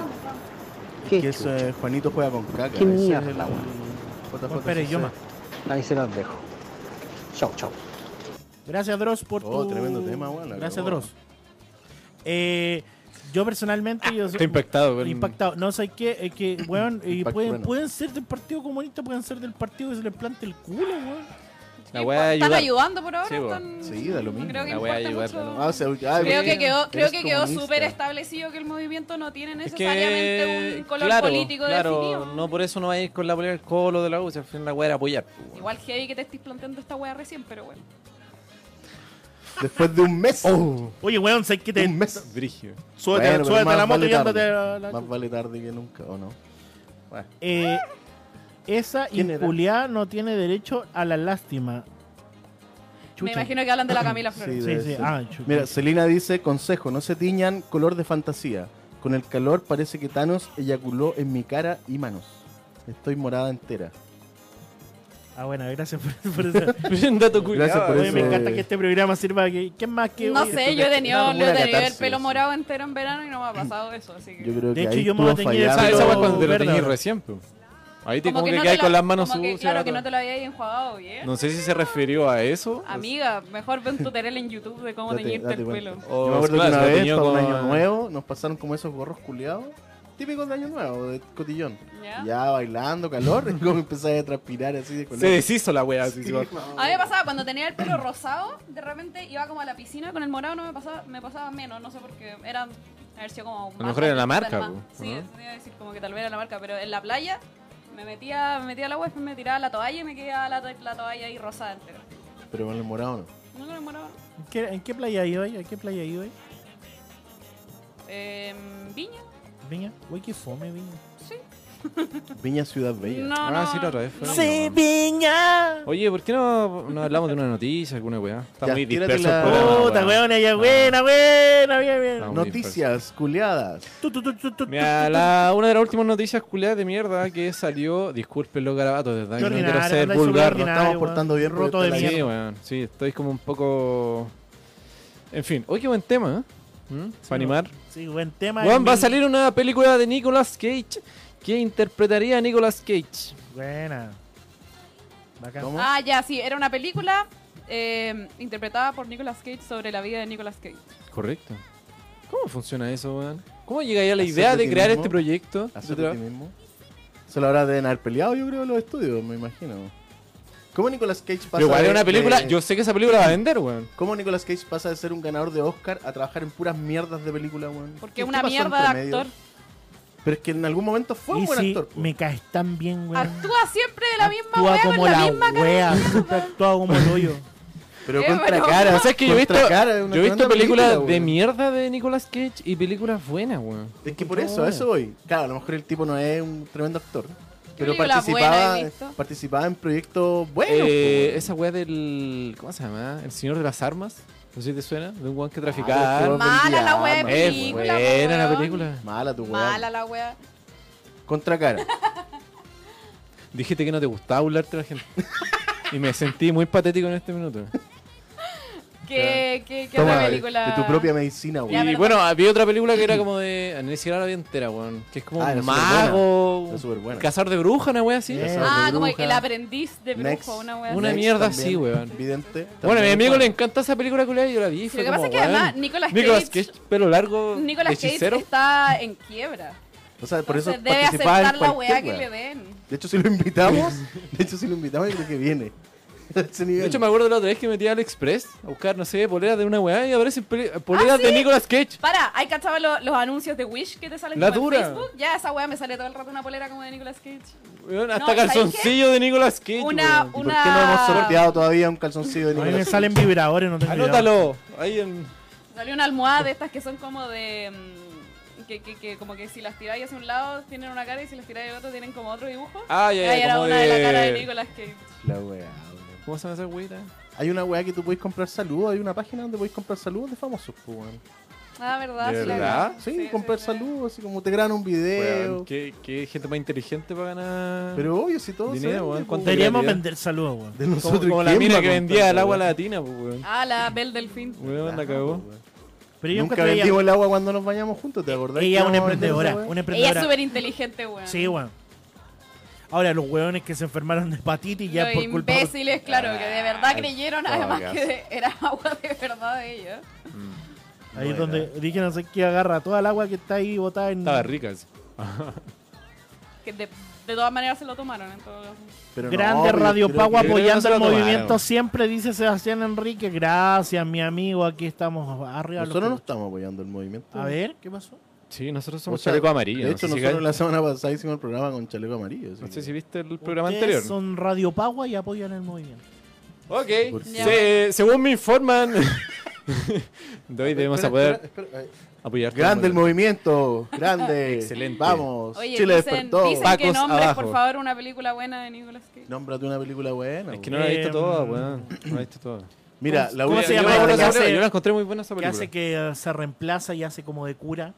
G: ¿Qué
D: Ah, Que eso
G: chucha?
D: es Juanito juega con caca.
G: Qué
D: ese es
G: mierda,
D: el-
G: weón.
D: JJ
A: Juan Pérez
D: César.
A: Yoma.
G: Ahí se las dejo. Chau, chau.
A: Gracias, Dross, por
D: Oh,
A: tu...
D: tremendo tema, weón, la
A: Gracias,
D: cagó.
A: Dross. Eh, yo personalmente... Yo soy-
C: Estoy impactado. weón.
A: Impactado. No sé qué, es que, weón, y
D: Impacto,
A: pueden,
D: bueno.
A: pueden ser del Partido Comunista, pueden ser del partido que se les plante el culo, weón.
C: La weá de
B: están
C: ayudar.
B: ayudando por ahora.
C: Sí, po.
B: están-
D: Sí, da
B: no
D: lo mismo.
B: Creo que
C: La weá de
B: importa
C: ayudar,
B: mucho.
D: Ah, o sea, ah,
B: Creo que
D: weón,
B: quedó, creo
D: eres
B: que quedó
D: comunista.
B: súper establecido que el movimiento no tiene
C: Es
B: necesariamente
C: que- eh,
B: un color
C: claro,
B: político
C: claro,
B: definido.
C: No por eso no vais con la polera del colo de la U, si al final la weá era apoyar. weón.
B: Igual heavy que te estés planteando esta wea recién, pero bueno.
D: Después de un mes.
A: Oye, weón, sé que te.
D: un mes.
C: Brígido.
A: Suéltate,
D: Bueno, pero
A: suéltate
D: más
A: la moto
D: vale
A: y ándate
D: tarde.
A: a la-
D: Más vale tarde que nunca, ¿o no? Bueno,
A: Eh, esa
D: ¿Quién era?
A: impuliá no tiene derecho a la lástima.
B: Me
A: Chucha.
B: imagino que hablan de la Camila
D: Sí,
B: Flores.
A: Sí, sí.
D: Sí.
A: Ah, chucha.
D: eh. Mira, Celina dice, consejo, no se tiñan color de fantasía. Con el calor parece que Thanos eyaculó en mi cara y manos. Estoy morada entera.
A: Ah, bueno, gracias por, por eso.
C: Un dato culiao,
D: Gracias por
A: Oye,
C: weón.
D: eso.
A: me encanta que este programa sirva. Que, ¿Quién más que.?
B: No
A: oye,
B: sé,
D: tú
B: yo he
D: te-
B: tenido,
D: claro,
B: yo he
D: una
B: tenido el
D: catarsis.
B: pelo morado entero en verano y no me ha pasado eso, así que...
D: Yo creo
A: De
D: que
A: hecho,
D: ahí
A: yo me voy a
D: estuvo
A: teñir el
C: ¿Sabes
A: pelo-
D: fallando.
C: esa weá cuando te lo
A: Verde,
C: teñís
A: ahora.
C: recién? po? Ahí te como, que,
B: no te
C: caes
B: lo-
C: con las manos
B: como que,
C: sucias.
B: Claro, que
C: todo.
B: no te lo habías enjuagado bien.
C: No sé si se refirió a eso.
B: Amiga, mejor ve un tutorial en YouTube de cómo
D: Date-
B: teñirte
D: date
B: el
D: cuenta.
B: pelo.
C: O
D: Yo me acuerdo que
C: claro,
D: una
C: se lo
D: vez,
C: teñió
D: para un
C: con-
D: año nuevo, nos pasaron como esos gorros culeados, típicos de año nuevo, de cotillón.
B: ¿Ya?
D: Ya bailando, calor, y como empezaba a transpirar así de color.
C: Se deshizo la weá. así,
D: Sí,
C: se va.
B: A mí me pasaba cuando tenía el pelo rosado, de repente iba como a la piscina con el morado, no me pasaba, me pasaba menos, no sé por qué. Eran, a ver si como.
C: lo mejor era la marca,
B: más.
C: po,
B: Sí,
C: ¿no?
B: eso te iba a decir, como que tal vez era la marca, pero en la playa me metía, me metía al agua, después me tiraba la toalla y me quedaba la, to- la toalla ahí rosada entera.
D: Pero con el morado no.
B: No con el morado.
A: ¿En qué, en qué playa iba hoy? ¿A qué playa iba hoy?
B: Eh, Viña, Em,
A: Viña. Uy, qué fome, Viña.
B: sí.
D: Viña Ciudad Bella.
B: No,
C: Ah,
B: no,
C: sí, la otra vez fue.
B: no.
A: Sí, viña.
C: Oye, ¿por qué no, no hablamos de una noticia, alguna weá? Está
D: Ya,
C: muy
D: tírate
C: disperso el
D: la-
C: programa,
A: Puta,
C: weón.
A: weón, ella es buena, buena, bien, bien.
C: No.
D: Noticias culeadas.
A: Tu, tu, tu, tu, tu,
C: Mira, la- una de las últimas noticias culiadas de mierda que salió, disculpen los garabatos, de verdad,
A: Qué
C: que no quiero
A: ordinario,
C: ser
A: andáis súper
C: vulgar.
A: ordinario,
D: estamos
A: weón.
D: portando bien por
A: Roto de
D: esta
C: Sí,
D: la-
A: mierda.
C: weón, sí, estoy como un poco... En fin, oye, qué buen tema, ¿eh? ¿Mm? Para animar.
A: Sí, buen tema.
C: Weón,
A: el
C: va a
A: mil-
C: salir una película de Nicolas Cage que interpretaría a Nicolas Cage.
A: Buena. Bacán.
D: ¿Cómo?
B: Ah, ya, sí, era una película eh, interpretada por Nicolas Cage sobre la vida de Nicolas Cage.
C: Correcto. ¿Cómo funciona eso, weón? ¿Cómo llegáis a la
D: Hacerte
C: idea de
D: ti
C: crear
D: mismo.
C: este proyecto?
D: Hacerte a ti mismo. Se lo habrá de haber peleado, yo creo, los estudios, me imagino. ¿Cómo Nicolas Cage pasa
C: Pero igual
D: de-
C: es una película,
D: de-
C: yo sé que esa película va a vender, weón.
D: ¿Cómo Nicolas Cage pasa de ser un ganador de Oscar a trabajar en puras mierdas de película, weón?
B: Porque
D: ¿Qué-
B: es una
D: qué pasó
B: mierda
D: entre
B: de
D: medio?
B: actor.
D: Pero es que en algún momento fue un
A: Y
D: buen
A: si
D: actor. po.
A: me caes tan bien, weón.
B: Actúa siempre de la misma
A: Actúa
B: wea,
A: como
B: con la,
A: la
B: misma cara.
A: wea, puta, actúa como el hoyo.
D: Pero
B: Eh,
D: contra
B: pero-
D: cara.
C: Pero, ¿sabes que yo he visto,
D: Contra cara, es una
C: yo he visto
D: tremenda
C: películas
D: película,
C: de
D: weón.
C: mierda de Nicolas Cage y películas buenas, weón?
D: Es que por eso, a eso voy. Claro, a lo mejor el tipo no es un tremendo actor. Pero
B: película
D: participaba,
B: buena he visto?
D: participaba en proyectos buenos.
C: Eh,
D: po,
C: esa weá del. ¿Cómo se llama? El Señor de las Armas. No sé si te suena. De un weón que
D: Ah,
C: traficaba.
D: pero
C: armas.
B: Mala la wea de
D: Armas.
C: Es
B: película.
C: buena la
B: weón.
C: película.
D: weón. Mala tu weón.
B: Mala la wea.
D: Contra cara.
C: Dijiste que no te gustaba burlarte de la gente. y me sentí muy patético en este minuto.
B: ¿Qué, qué, qué
D: Toma,
B: otra
D: de-
B: película?
D: De tu propia medicina,
C: Y
B: Ya,
D: weón.
B: pero-
C: bueno, había otra película que era como de. Ni siquiera la vi entera, weón. Que es como
D: Ah, era
C: un
D: superbuena.
C: mago.
D: Era superbuena.
C: Cazador de bruja, una wea así.
A: Eh.
D: Cazador
B: Ah,
D: de
B: como
D: brujas.
B: el aprendiz de brujo,
D: Next.
B: una wea.
C: Una
B: así.
D: Next
C: mierda
D: también.
C: así, weón.
D: Vidente.
C: Bueno, a mi
D: también,
C: amigo
D: weón.
C: le encanta esa película culiada y yo la vi. y
B: Lo
C: fue
B: que pasa
C: como,
B: es que
C: weón,
B: además Nicolas Cage,
C: Nicolas Cage, pelo largo,
B: Nicolas Cage
C: hechicero.
B: está en quiebra.
D: O sea, por eso
B: Entonces debe
D: participaba en
B: aceptar la
D: cualquier
B: wea que
D: weón.
B: le den.
D: De hecho, si lo invitamos, de hecho, si lo invitamos, yo creo que viene. A ese nivel.
C: De hecho, me acuerdo la otra vez que metí al Express a buscar, no sé, poleras de una weá y aparecen pele-
B: ¿Ah,
C: poleras de Nicolas Cage.
B: Para, hay cachaba lo- los anuncios de Wish que te salen
C: La
B: como en
C: dura.
B: Facebook. Ya esa wea me sale todo el rato una polera como de Nicolas Cage.
C: Weón,
B: ¿sabes
C: hasta
B: qué?
C: calzoncillo de Nicolas Cage.
B: Una-
C: weón.
D: ¿Y
B: una-
D: ¿Por qué no hemos sorteado todavía un calzoncillo de
A: A mí me
D: Nicolas
A: salen vibradores, no tengo idea.
C: Anótalo. Ahí en.
B: Salió una almohada de estas que son como de. mm, Que, que, que como que si las tiráis hacia un lado tienen una cara y si las tiráis hacia otro tienen como otro dibujo.
C: Ah, ya, ya,
B: Ahí era
C: como
B: una de... la cara de
C: de-
B: Nicolas Cage.
D: La weá, weón.
C: ¿Cómo se llama esa weá?
D: Hay una weá que tú podéis comprar saludos, hay una página donde podéis comprar saludos de famosos, po, weón.
B: Ah, ¿verdad?
C: ¿De
B: la vi.
C: verdad?
D: Sí,
B: Sí,
D: comprar
B: sí, sí.
D: saludos, así como te graban un video.
C: Weón, ¿qué, qué gente más inteligente para ganar.
D: Eh, Pero obvio, si todo
C: Dinero,
D: se vende,
C: weón,
D: po,
C: ¿cuánto
D: weón.
A: Deberíamos
C: Realidad.
A: vender saludos, weón.
D: de
C: como,
D: nosotros.
C: como la
D: ¿quién va
C: mina
D: a
C: que
D: comprar,
C: vendía el agua
D: weón?
C: latina, pues, weón.
B: Ah, la Belle Delfín.
C: Weón, la
D: Ajá,
C: cagó.
D: po, pues, weón.
A: Pero yo
D: Nunca
A: encuentro ella-
D: vendimos el agua cuando nos bañamos juntos, ¿te acordás?
A: Ella es
D: que
A: una
D: íbamos a vender esa
A: emprendedora,
D: weá?
A: una
B: Ella es
A: emprendedora.
B: súper inteligente, weón.
A: Sí, weón. Ahora, los weones que se enfermaron de hepatitis ya
B: Los
A: por culpa...
B: imbéciles, claro, que de verdad creyeron
D: todo
B: además
D: caso.
B: que de- era agua de verdad de ellos.
A: Ahí es
D: No
A: donde dije, no sé qué, agarra toda el agua que está ahí botada en...
C: Estaba rica. así.
B: Que de, de todas maneras se lo tomaron en todo caso.
D: Pero no,
A: Grande
D: yo
A: Radio
D: creo que-
A: Pago
C: yo creo que no
A: apoyando
C: se lo
A: el
C: tomaron.
A: movimiento siempre, dice Sebastián Enrique. Gracias, mi amigo. Aquí estamos arriba. los
D: Nosotros no
A: pelos.
D: estamos apoyando el movimiento.
A: A ver.
D: ¿qué pasó?
C: Sí, nosotros somos
D: O sea,
C: chaleco amarillo.
D: De
C: no
D: hecho,
C: sé si
D: nosotros
C: cal-
D: la semana pasada hicimos el programa con chaleco amarillo. así
C: No sé
D: que-
C: si viste el programa
A: Ustedes
C: anterior.
A: son Radio Pagua y apoyan el movimiento.
C: Ok.
D: Por
B: Ya.
C: Se- según me informan, de hoy
D: Espera,
C: debemos
D: espera,
C: poder
D: espera, espera, eh,
C: apoyar.
D: Grande el movimiento, grande.
C: Excelente.
D: Vamos,
B: Oye,
D: Chile
B: dicen,
D: despertó.
B: dicen que
C: Pacos
B: nombres, por
C: abajo.
B: favor, una película buena de Nicolas Cage.
D: Nómbrate una película buena.
C: Es que
D: weón.
C: no la he visto
A: Em,
C: toda, weón. No la he visto toda.
D: Mira, la
A: ¿Cómo
D: última-
A: se
C: Yo
A: llama?
C: me
D: yo-
C: acuerdo
A: Que
C: esa
A: hace-
C: película, Yo la encontré muy buena esa
A: Que hace
C: película.
A: que eh, se reemplaza y hace como de cura,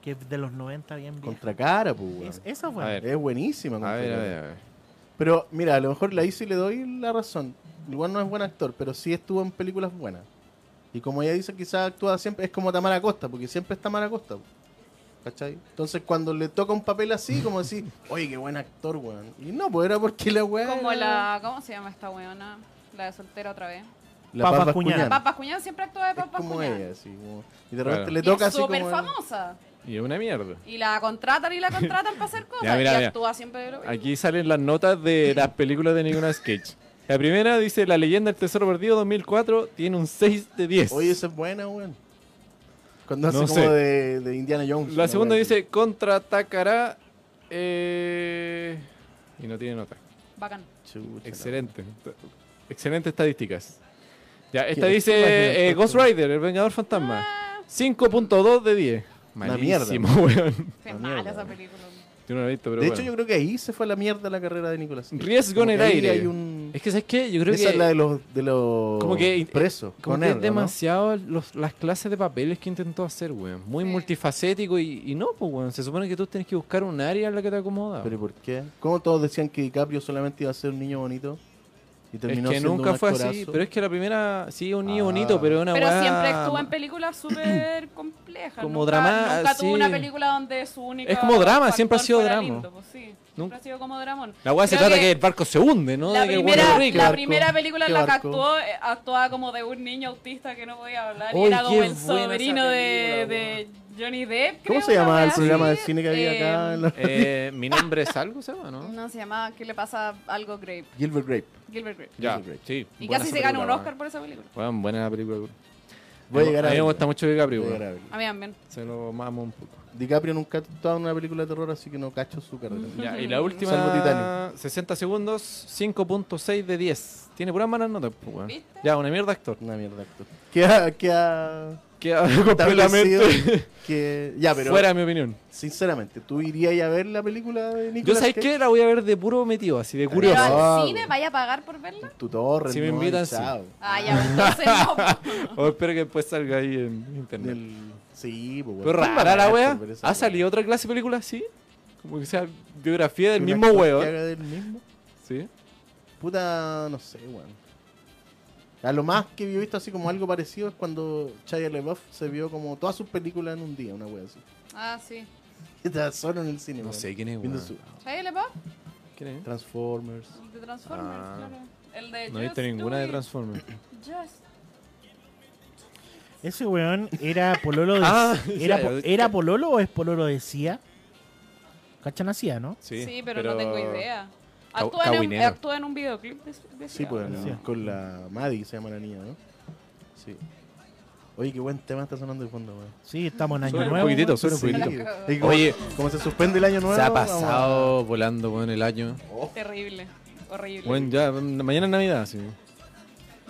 A: que es de los 90 bien bien.
D: Contra cara, pues, weón.
A: Es, esa
C: A
A: fue.
C: ver.
D: Es buenísima.
C: A
D: Contra
C: ver, a
D: Cara.
C: ver, a ver.
D: Pero mira, a lo mejor la hice y le doy la razón. Igual no es buen actor, pero sí estuvo en películas buenas. Y como ella dice, quizás actúa siempre, es como Tamara Costa, porque siempre es Tamara Costa. ¿Cachai? Entonces cuando le toca un papel así, como decir, oye, qué buen actor, weón. Y no, pues era porque la weá.
B: Como
D: era-
B: la. ¿Cómo se llama esta weona? La de soltera otra vez.
D: la
A: Papa
D: Paz
A: Bascuñán.
D: Bascuñán.
B: Papas Cuñán siempre actúa de
D: Es
B: Papas
D: como ella,
B: Cuñán.
D: así. como- Y de repente
C: Claro.
D: le
B: Y
D: toca
B: es
D: así como.
B: súper famosa.
C: Y es una mierda.
B: Y la contratan y la contratan para hacer cosas.
C: mira,
B: y
C: mira.
B: actúa siempre de lo mismo.
C: Aquí salen las notas de las películas de Nicolas Cage. La primera dice La leyenda del tesoro perdido 2004 tiene un 6 de 10.
D: Oye, esa es buena, weón. Cuando hace
C: No
D: como
C: sé.
D: de, de Indiana Jones.
C: La
D: una
C: segunda
D: weá
C: dice Contraatacará. Eh... Y no tiene nota.
B: Bacán.
D: así. Chucha, la-
C: Excelente. Excelentes estadísticas. Ya, esta
D: ¿Qué- qué página
C: dice eh,
D: es
C: Ghost
D: esto?
C: Rider, el Vengador Fantasma. 5.2 de 10.
D: Una mierda.
C: Malísimo, weón.
B: Fue
D: La
B: mala
D: mierda.
B: esa película.
C: Yo no lo he visto, pero
D: de
C: bueno.
D: hecho, yo creo que ahí se fue a la mierda la carrera de Nicolás. Cage.
C: Riesgo en
D: Como
C: el
D: que ahí
C: aire.
D: Hay un...
C: Es que, ¿sabes qué? Yo creo
D: Esa
C: que...
D: es la de los, de los
C: Como que-
D: presos.
C: Como
D: con
C: que es
D: Erdo, ¿no?
C: demasiado los- las clases de papeles que intentó hacer, weón. Muy
B: Sí.
C: multifacético y, y no, pues, weón. Se supone que tú tienes que buscar un área en la que te acomoda.
D: ¿Pero ¿y por qué? ¿Cómo todos decían que DiCaprio solamente iba a ser un niño bonito? Y
C: es
D: terminó
C: que
D: siendo
C: nunca
D: un
C: fue así.
D: actorazo?
C: Pero es que la primera, sí, un niño
D: Ah.
C: bonito, pero una
B: Pero
C: weá-
B: siempre estuvo en películas súper complejas.
C: Como
B: nunca,
C: drama-
B: Nunca
C: sí.
B: tuvo una película donde su único.
C: Es como drama, siempre ha
B: factor
C: sido
B: fuera
C: drama.
B: lindo, pues sí,
C: Nunca-
B: Siempre ha sido como dramón.
C: La weá se
B: Creo
C: trata que... el barco se hunde, ¿no?
B: la
C: De que el
B: primera,
C: weón
D: rico.
B: la
D: Barco,
B: primera película en
D: qué
B: la que
D: barco.
B: actuó, eh, actuaba como de un niño autista que no podía hablar.
C: Oy,
B: y era como
C: qué
B: el
C: buena esa
B: sobrino de,
C: película,
B: de Johnny Depp.
D: ¿Cómo
B: creo,
D: se
B: una
D: llamaba
B: wea
D: el
B: así.
D: programa de cine que había acá?
B: Eh,
D: en la-
C: Eh, Mi nombre es algo, ¿se llama, no?
B: No, se llamaba ¿Qué le pasa algo Grape?
D: Gilbert Grape.
B: Gilbert Grape.
C: Ya,
D: Great.
C: sí.
B: Y
C: buena
B: casi
C: esa
B: se ganó un
C: película,
B: Oscar por esa película.
C: weón. Weón, buena la película. weón.
D: Voy a llegar
C: mí me
D: verla.
C: gusta mucho DiCaprio,
D: Voy a
C: weón.
D: llegar a verla.
B: A mí también.
C: Se lo mamo un poco.
D: DiCaprio nunca ha actuado en una película de terror, así que no cacho su carrera.
C: Ya, y la última,
D: Salvo Titanic.
C: 60 segundos, 5.6 de 10. Tiene puras malas notas, pues, weón.
B: ¿Viste?
C: Ya, una mierda actor.
D: Una mierda, actor. Queda, queda
C: Queda
D: establecido
C: completamente
D: que... Ya, pero
C: fuera de mi opinión.
D: sinceramente, ¿tú irías a ver la película de
C: Yo,
D: Nicolas
C: ¿sabes qué? La voy a ver de puro metido, así de
B: ¿Pero
C: curioso.
D: Ah,
B: al cine
D: güey.
B: vaya a pagar por verla?
D: En tu torre,
C: Si me
D: no,
C: invitan, sí.
D: chao.
B: Ah, ya, entonces no.
C: O espero que después salga ahí en internet.
D: Del- Sí, pues,
C: Pero
D: bueno.
C: rara la
D: Barato,
C: wea.
D: pero esa
C: ¿Ha
D: wea.
C: salido otra clase de película? Sí. Como que sea biografía del
D: Un
C: mismo
D: actor que
C: weón.
D: haga del mismo.
C: Sí.
D: Puta, no sé, weón. A lo más que yo he visto así como algo parecido es cuando Shia LaBeouf se vio como todas sus películas en un día, una wea así.
B: Ah, sí.
D: Estaba solo en el cine,
C: No
D: weón.
C: sé quién es,
D: Viendo
C: weón.
D: su-
B: ¿Shia LaBeouf?
C: ¿Quién es?
D: Transformers.
B: El de Transformers,
C: Ah.
B: claro. El de
C: No he
B: Just
C: visto
B: Do
C: ninguna de
B: It,
C: Transformers.
B: Just-
A: Ese weón era pololo de.
C: Ah,
A: era,
C: ya,
A: po-
C: ya.
A: ¿Era pololo o es pololo de CIA? ¿Cachan a CIA, no?
B: Sí, pero, no tengo idea.
C: Cau-
B: Actúa en, un-
C: Cawinero.
B: actúa en un videoclip de, de
D: Sí, pues,
A: no.
D: sí. con la Maddie se llama la niña, ¿no? Sí. Oye, qué buen tema está sonando de fondo, weón.
A: Sí, estamos en Año
C: Suena un
A: Nuevo.
C: poquitito,
A: weón.
C: suena un
D: Sí.
C: poquitito.
D: Y como-
C: Oye.
D: como se suspende el año nuevo.
C: Se ha
D: vamos a-
C: pasado volando, weón, el año.
B: Terrible. Horrible.
C: Bueno, ya, mañana es Navidad, sí.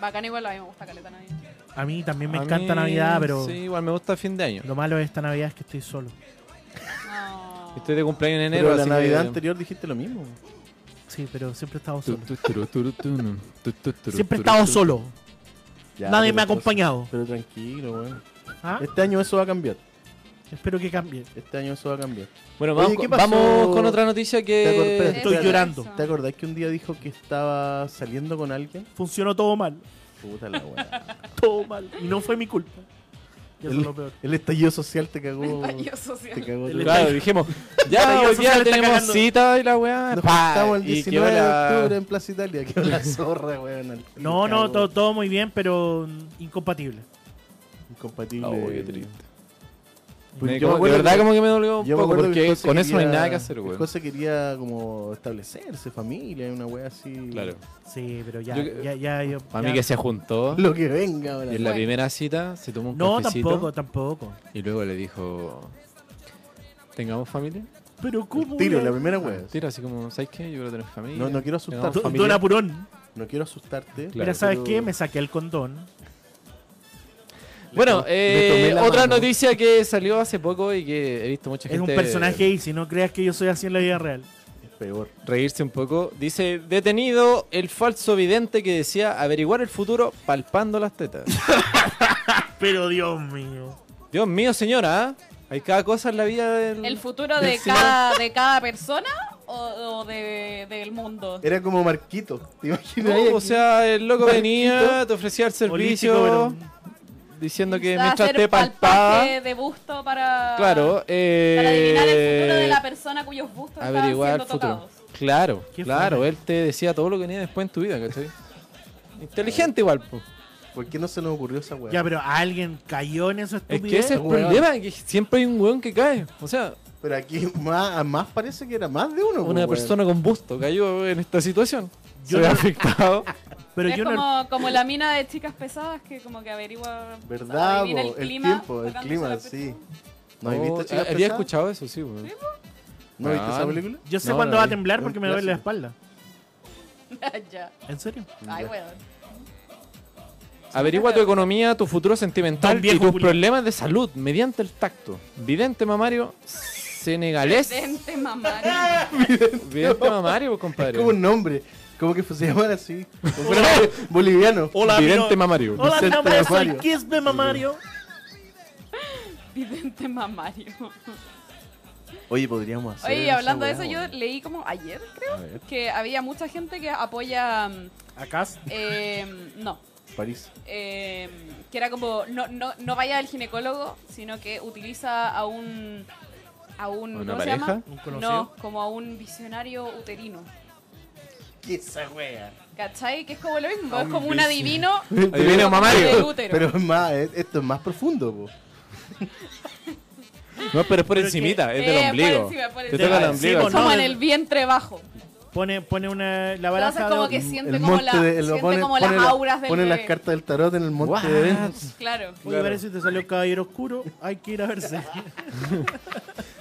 B: Bacán igual, a mí me gusta Caleta Nadie.
A: A mí también me
C: A
A: encanta
C: mí,
A: Navidad, pero
C: Sí, igual me gusta el fin de año.
A: lo malo de esta Navidad es que estoy solo.
B: No.
C: Estoy de cumpleaños en enero,
D: Pero la
C: así
D: Navidad
C: que-
D: anterior dijiste lo mismo.
A: Sí, pero siempre he estado
C: Tu,
A: solo.
C: tu, turu, turu, tunu. Tu, tu, turu,
A: Siempre he
C: turu,
A: estado
C: turu.
A: solo.
D: Ya,
A: Nadie
D: pero
A: me ha
D: entonces-
A: acompañado.
D: Pero tranquilo, weón.
A: ¿Ah?
D: Este año eso va a cambiar.
A: Espero que cambie.
D: Este año eso va a cambiar.
C: Bueno,
D: Oye,
C: vamos,
D: ¿qué
C: con-
D: pasó?
C: vamos con otra noticia
D: Te acor- espera,
C: que...
D: espera.
A: Estoy
B: Eso,
A: llorando.
B: eso.
D: ¿Te acordás que un día dijo que estaba saliendo con alguien?
A: Funcionó todo mal.
D: Puta la weá.
A: Todo mal. Y no fue mi culpa. Y eso es
D: el,
A: lo peor.
D: el estallido social te cagó.
B: Estallido
D: Te
B: social.
D: cagó.
A: El
D: todo.
A: estallido-
C: Claro, dijimos, ya
A: Estallido
C: hoy día
A: social está
C: tenemos
A: cagando.
C: cita y la weá.
D: Nos
C: pa,
D: juntamos el
C: y
D: 19 de
C: quedó la-
D: octubre en Plaza Italia. Quedó la zorra, weón. al-
A: No, no,
D: te cagó.
A: todo, todo muy bien, pero mm, incompatible.
D: Incompatible.
C: Oh, qué triste.
D: Eh, Pues
C: Me-
D: yo me
C: de
D: acuerdo
C: verdad
D: que-
C: como que me dolió un
D: Yo me
C: poco
D: acuerdo que
C: porque
D: José
C: con eso no hay
D: quería-
C: nada que hacer, weón.
D: José quería como establecerse, familia, una wea así.
C: Claro.
A: Sí, pero ya,
C: Yo-
A: ya, ya, yo-
C: A
A: ya-
C: mí que se juntó
D: Lo que venga ahora.
C: y en la
B: Bueno.
C: primera cita se tomó un
A: No,
C: cafecito
A: tampoco, tampoco.
C: y luego le dijo, ¿tengamos familia?
A: Pero
D: El
A: ¿cómo?
D: Tiro,
A: una-
D: la primera wea.
C: Tira así como, ¿sabes qué? Yo quiero tener familia.
D: No, no quiero asustar.
A: Do-
C: Tengamos
A: Don
C: familia.
A: Apurón.
D: No quiero asustarte.
C: Claro.
A: Mira, ¿sabes
D: pero-
A: qué? Me saqué el condón.
C: Bueno,
D: to- le tomé
C: eh,
D: la
C: otra
D: mano.
C: noticia que salió hace poco y que he visto mucha
A: Es un
C: gente
A: personaje y si no creas que yo soy así en la vida real.
D: Es peor.
C: reírse un poco. Dice, detenido el falso vidente que decía averiguar el futuro palpando las tetas.
A: Pero Dios mío.
C: Dios mío, señora, ¿ah? hay cada cosa en la vida del...
B: ¿El futuro de
C: Sí.
B: cada, de cada persona o, o de, del mundo?
D: Era como Marquito. ¿Te
C: No,
D: imaginas? ahí
C: o
D: aquí?
C: sea, el loco
D: Marquito.
C: venía, te ofrecía el servicio,
A: Político,
C: diciendo que
B: Quizás
C: mientras
B: hacer
C: te palpaba...
B: palpaje de busto para,
C: Claro, eh,
B: para adivinar el futuro de la persona cuyos bustos estaban
C: averiguar
B: siendo
C: el futuro.
B: tocados.
C: Claro,
A: Qué
C: claro,
A: fome.
C: él te decía todo lo que venía después en tu vida, ¿cachai? Inteligente igual, po.
D: ¿Por qué no se nos ocurrió esa wea?
A: Ya, pero alguien cayó en eso
C: Es que
A: estupidez.
C: ese es el
D: Weón.
C: problema, que siempre hay un weón que cae. O sea,
D: Pero aquí más, más parece que era más de uno.
C: una
D: pues, weón.
C: persona con busto cayó en esta situación.
A: Yo
C: Yo Se ve
A: no-
C: afectado.
A: Pero
B: es
A: yo no.
B: como, como la mina de chicas pesadas que como que averigua
D: ¿Verdad,
B: adivina
D: po? El tiempo, el
B: tocándose
D: clima,
B: la
D: sí.
B: persona.
D: ¿No has visto
C: Oh,
D: Chicas
C: Había
D: Pesadas?
C: escuchado Ah. eso, sí, pues, weón.
D: ¿No viste
C: No.
D: esa película?
A: Yo sé
C: No,
A: cuándo
C: no,
A: va a
C: no.
A: temblar
D: Es
A: porque
D: un
A: me duele la
D: clásico.
A: espalda.
B: ya.
A: ¿En serio?
B: Ay,
D: Ya.
B: weón.
C: Averigua tu economía, tu futuro sentimental
A: Don viejo
C: y tus
A: culiao.
C: problemas de salud mediante el tacto. Vidente mamario senegalés.
B: Vente, mamá.
C: Vidente mamario, compadre.
D: Es como un nombre. Como que se llaman así. Como fuera boli- boliviano.
A: Hola, mi
C: Vidente
A: no-
C: mamario.
A: Hola, mi
D: Vicente
A: nombre es soy
D: Mario.
A: Kisbe Mamario.
B: Vidente mamario.
D: Oye, podríamos hacer.
B: Oye, y
D: esa
B: hablando de eso,
D: weá,
B: yo
D: weón.
B: leí como ayer, creo,
D: A ver,
B: que había mucha gente que apoya. mm,
A: Acá.
B: eh, no.
D: París.
B: eh, que era como no, no, no vaya al ginecólogo, sino que utiliza a un a un
C: ¿Una
B: ¿cómo se llama?
C: pareja?
A: ¿Un conocido?
B: No, como a un visionario uterino.
D: ¿Qué esa wea?
B: ¿Cachai? Que es como lo mismo,
D: A
B: es
D: un
B: como un
D: vicio-
B: adivino
C: Ahí viene un
B: del
C: mamario.
B: útero.
D: Pero es más, es- esto es más profundo, po.
C: No, pero es por
A: Pero
C: encimita, es
B: Eh, por
C: del ombligo.
B: encima, por
C: Te
B: encima.
C: toca el
A: Sí,
C: ombligo.
A: pues,
B: como
A: no,
B: en
A: de-
B: el vientre bajo.
A: Pone, pone una, la
B: Entonces
A: baraja
B: como
A: de-
B: que siente
D: El
B: como,
D: monte
B: la,
D: de- el-
B: siente
D: pone-
B: como
D: pone
B: las
D: la-
B: auras del
D: Pone las
B: bebé.
D: cartas del tarot en el monte
C: What?
D: de Venus.
B: Claro.
A: Oye, parece que te salió Caballero Oscuro. Hay que ir a verse.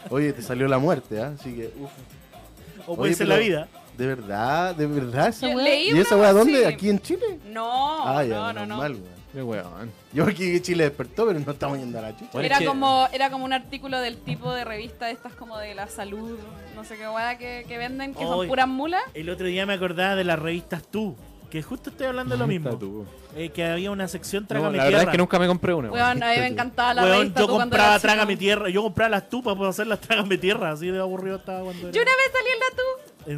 D: Oye, te salió la muerte, ¿ah? Así que, uf.
A: O puede
D: Oye,
A: ser
D: pero-
A: la vida.
D: De verdad, de verdad esa
B: Yo
D: weá?
B: leí
D: ¿Y esa
B: una-
D: weá dónde?
B: sí.
D: ¿Aquí en Chile?
B: No, no,
D: ah, ya,
B: no, no.
D: normal, weón.
C: Qué weón.
D: Yo aquí que Chile despertó, pero no estamos yendo a la chucha.
C: Bueno,
B: era,
C: es que-
B: como, era como un artículo del tipo de revista de estas como de la salud, no sé qué guada que, que venden, que
A: Oy.
B: son puras mulas.
A: El otro día me acordaba de las revistas Tú. Que justo estoy hablando de lo mismo.
C: Está tú.
A: Eh, que había una sección
C: No,
A: Trágame
C: la verdad
A: Tierra.
C: es que nunca me compré una. weón.
B: Weón, a mí me encantaba la
A: Weón,
B: revista.
A: yo
B: tú cuando
A: compraba
B: eras chico.
A: Trágame Tierra. Yo compraba las Tú para poder hacer las Trágame Tierra. Así de aburrido estaba cuando
B: Yo una
A: era.
B: vez salí en la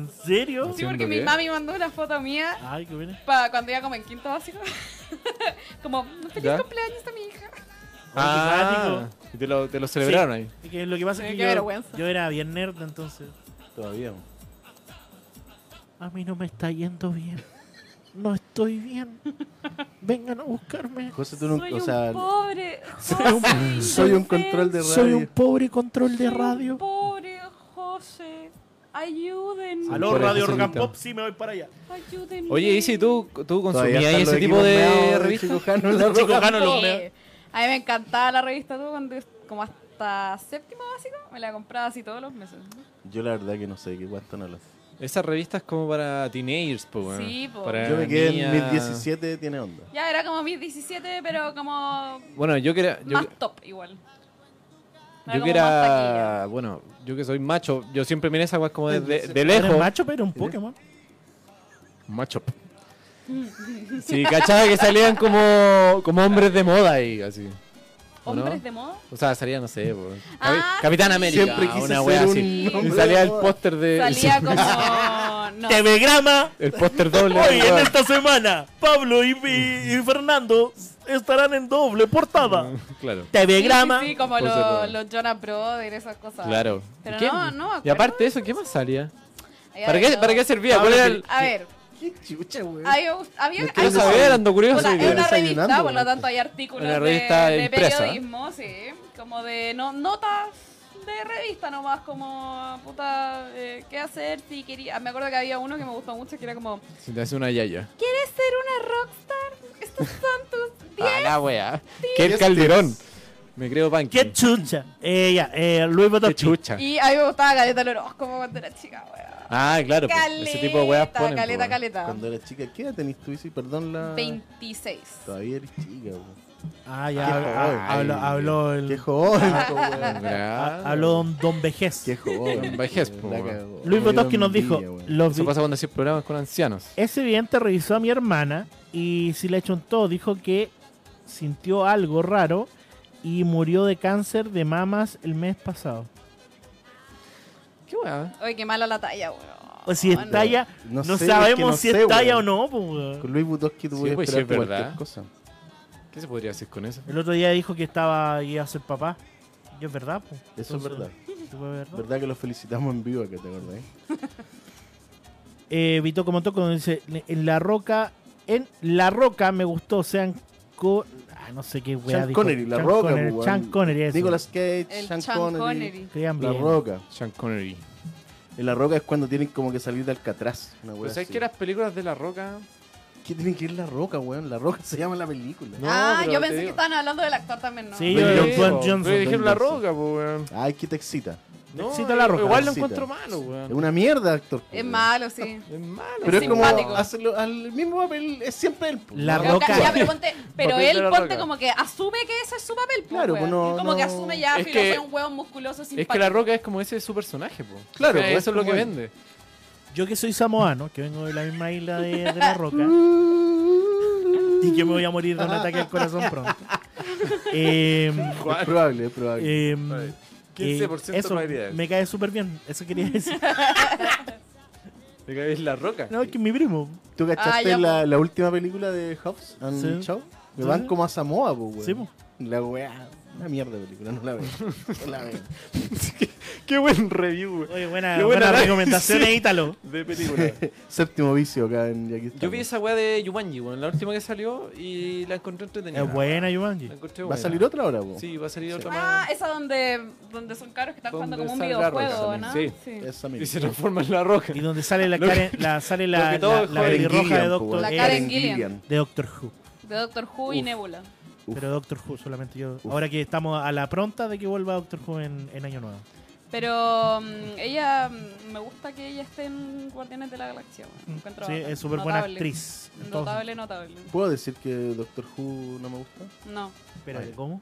B: tú.
A: ¿En serio?
B: Sí,
C: ¿Haciendo
B: porque
C: qué?
B: mi mami mandó una foto mía
A: Ay, qué bien.
B: pa cuando iba como en quinto básico. como, feliz
C: ¿Ya?
B: cumpleaños a mi hija.
C: Ah, y te lo, te lo celebraron ahí.
A: Y que lo que pasa
B: Sí,
A: es que
B: qué
A: yo,
B: vergüenza.
A: yo era bien nerd entonces.
D: Todavía. weón.
A: A mí no me está yendo bien. No estoy bien. Vengan a buscarme.
D: José, tú nunca.
B: Soy
D: O
B: un
D: sea,
B: pobre.
A: Soy un-
B: José
D: soy un
B: indefenso.
D: control de radio.
A: Soy un pobre control
B: Soy
A: de
B: un
A: radio.
B: Pobre José. Ayúdenme.
A: Aló,
C: Pobre
A: Radio Rock and
C: Joselito.
A: Pop, sí me voy para allá.
B: Ayúdenme.
C: Oye, ¿y si tú, tú
D: Todavía
C: consumías
D: están
C: ese
D: los
C: tipo
D: equipos
C: de
D: meados
C: revistas?
D: Chico Jano en la
A: Chico
D: roca.
A: Jano lo
B: Sí.
A: veo.
B: Eh, A mí me encantaba la revista tú cuando como hasta séptimo básico me la compraba así todos los meses.
D: Yo la verdad que no sé de qué weá están hablando.
C: Esas revistas como para teenagers, po, weón.
B: Sí, po.
C: Para
D: Yo me quedé
C: niñas.
D: en 1017, tiene onda.
B: Ya era como mis 17, pero como
C: Bueno, yo que era... Yo,
B: más top igual. Era Ah,
C: yo
B: como
C: que
B: más taquilla.
C: era... Bueno, yo que soy macho, yo siempre miré esas weas como de, de- de
A: Eres
C: lejos.
A: macho, pero un Pokémon.
C: Macho. Sí, cachaba que salían como, como hombres de moda ahí, así. ¿o no?
B: ¿Hombres de moda?
C: O sea, salía, no sé, po.
B: Ah,
C: Capi- Capitán
B: sí.
C: América.
D: Siempre quise
C: una wea
D: ser un
C: así. Y
D: hombre
C: salía
D: de
C: el
D: moda.
C: póster de...
B: Salía como... No,
A: ¡Telegrama!
C: El póster doble.
A: Hoy en
C: weón.
A: esta semana, Pablo y, y- y Fernando estarán en doble
C: Mm.
A: portada.
C: Claro.
B: sí,
A: Telegrama.
B: sí, sí, como
C: Pues,
B: los
C: eh,
B: los Jonah Brother, esas cosas.
C: Claro.
B: Pero
C: ¿Y qué-
B: no, no me
C: Y
B: acuerdo
C: aparte de eso, ¿qué más salía? ¿Para qué, ¿Para qué servía? ¿Cuál era el-
B: A ver,
D: Qué chucha, weón.
B: había... había
D: Me
C: Quiero
B: había-
C: saber, ando curioso.
B: Puta,
D: Estoy
B: es una
D: desayunando,
B: revista, por
D: güey.
B: lo tanto hay artículos
C: Una
B: de-
C: revista
B: de,
C: impresa.
B: periodismo, sí, como de no- notas de revista nomás, como puta, eh, qué hacer si quería. Me acuerdo que había uno que me gustó mucho que era como,
C: Si te hace una yaya.
B: ¿quieres ser una rockstar? Estos son tus 10.
C: A Ah, la wea. Que el calderón. Me creo pan.
A: ¡Qué chucha! Eh, ya, eh, Luis Botox.
C: chucha.
B: Y a mí me gustaba Caleta el horóscopo cuando era chica, weón.
C: Ah, claro. pues,
B: Caleta,
C: ese tipo de weas ponen.
B: caleta,
C: pues,
B: caleta.
D: Cuando eras chica, ¿qué edad tenés tú, Isi? Perdón la.
B: 26.
D: Todavía eres chica, weón.
A: Ah,
D: Qué
A: ya,
D: joven.
A: ah, habló, habló el-
D: Qué joven, po, weón.
C: weón.
A: habló don, don Vejez.
D: Qué joven.
C: Vejez,
D: weón.
C: po,
D: La
C: weón.
D: cagó.
A: Luis
D: Me dio
A: Botoski nos dijo,
D: envidia, weón.
A: los
C: Eso
A: vi-
C: pasa cuando haces programas con ancianos.
A: ese vidente revisó a mi hermana y si le todo dijo que sintió algo raro y murió de cáncer de mamas el mes pasado.
C: Qué wea.
B: Oye, qué mala la talla, weón.
A: O si
B: Bueno,
A: estalla, no,
D: no sé, es que
A: sabemos
D: no
A: si
D: sé,
A: estalla o
D: weón.
A: no. pues, weón.
D: Con Luis Butoski
C: Sí,
D: tuve que
C: pues, sí,
D: esperar
C: es
D: por cualquier
C: verdad.
D: cosa.
C: ¿Qué se podría hacer con eso?
A: El otro día dijo que estaba iba a ser papá. Y es verdad, pues.
D: Eso es verdad.
A: verdad.
D: Verdad que lo felicitamos en vivo acá, ¿te acordás?
A: Eh, Vito como toco dice, en la roca, en la roca me gustó, sean con ah, no sé qué weá
D: Sean
A: dijo.
D: Connery, La
A: Sean
D: Roca,
A: Connery,
D: pues, weón.
A: Sean Connery, eso.
D: Nicolas Cage,
B: El
D: Sean
B: Sean
D: Connery,
B: Connery.
A: Crean
D: La
A: bien.
D: Roca.
C: Sean Connery.
D: En La Roca es cuando tienen como que salir de Alcatraz. Una wea
C: Pues sabes
D: así.
C: que las películas de La Roca.
D: ¿Qué tienen que ir La Roca, weón? La Roca se llama la película.
C: No,
B: ah,
C: pero
B: yo
C: te
B: pensé
C: digo-
B: que estaban hablando del actor también, ¿no?
A: Sí, yo- Dwayne Johnson,
C: Pero dijeron La
D: Dwayne Johnson.
C: Roca, pues, weón.
D: Ay, que te excita.
C: No,
A: Excita la roja.
C: Igual lo
D: Excita.
C: encuentro malo, weón.
D: Es una mierda, actor.
B: Es malo, sí.
C: Es malo.
D: Pero es, como
B: simpático.
D: hacerlo al mismo papel, es siempre él. po.
A: La
B: Ya,
A: Roca.
B: ca- ya, pero ponte- pero
C: Papel de
B: él
C: la
B: ponte
C: Roca.
B: como que asume que ese es su papel. po,
D: Claro,
B: weón.
D: pues no-
B: como que
D: no-
B: asume ya,
C: Es
B: filo,
C: que-
B: soy un hueón musculoso
C: Es
B: simpático. Ah,
C: que La Roca es como ese es su personaje, po.
D: Claro,
C: O sea, eso
D: po, es
C: es lo que
D: como él.
C: vende.
A: Yo que soy samoano, que vengo de la misma isla de, de La Roca, y que me voy a morir de un ataque al corazón pronto. Eh,
D: Es probable, es probable.
A: eh,
C: Vale.
A: que
C: 15%
A: eso,
C: probabilidades.
A: Me cae súper bien, eso quería decir.
C: ¿Te caes La Roca?
A: No, es que es mi primo.
D: ¿Tú
B: Ah,
D: cachaste
B: ya,
D: la, la última película de Hobbs and
A: Sí.
D: Shaw? Me
A: Sí,
D: van
A: sí.
D: como a Samoa, po, weón.
A: Sí, po.
D: La weá. Una mierda de película, no la veo. No la veo.
C: Qué buen review, weón.
A: Oye, buena,
C: Qué
A: buena,
C: buena análisis.
A: recomendación, eh, Ítalo.
C: De película.
D: Séptimo vicio acá en Jackie
C: Yo vi esa weá de Yumanji, weón. La última que salió y la encontré entretenida.
A: Es buena,
C: La
A: Yumanji.
C: encontré
D: ¿Va a
C: buena.
D: salir otra ahora, po?
C: Sí, va a salir otra
B: Ah,
C: más.
B: esa donde, donde son caros que están jugando
C: Donde
B: como un
C: sale La Roca
B: videojuego,
C: también.
B: ¿no?
C: Sí.
D: Esa
C: Y
D: misma.
C: se transforma en La Roca.
A: Y donde sale la
C: Lo que-
A: Karen, la, sale
C: lo
A: la,
C: que todo
A: la,
C: es
A: la
C: Karen
A: pelirroja de
D: po,
A: Doctor,
D: pues, weón.
B: La
A: eh,
B: Karen Gillian.
A: de Doctor Who.
B: De Doctor Who y
D: Uf.
B: Nebula.
D: Uf.
A: Pero Doctor Who solamente yo. Ahora que estamos a la pronta de que vuelva Doctor Who en, en Año Nuevo.
B: Pero mm, ella, mm, me gusta que ella esté en Guardianes de la Galaxia. weón.
A: Mm,
B: Encuentro
A: Sí,
B: bacán.
A: es súper buena
B: Notable.
A: actriz. Entonces,
B: Notable, notable.
D: ¿Puedo decir que Doctor Who no me gusta?
B: No.
A: espérate, ¿cómo?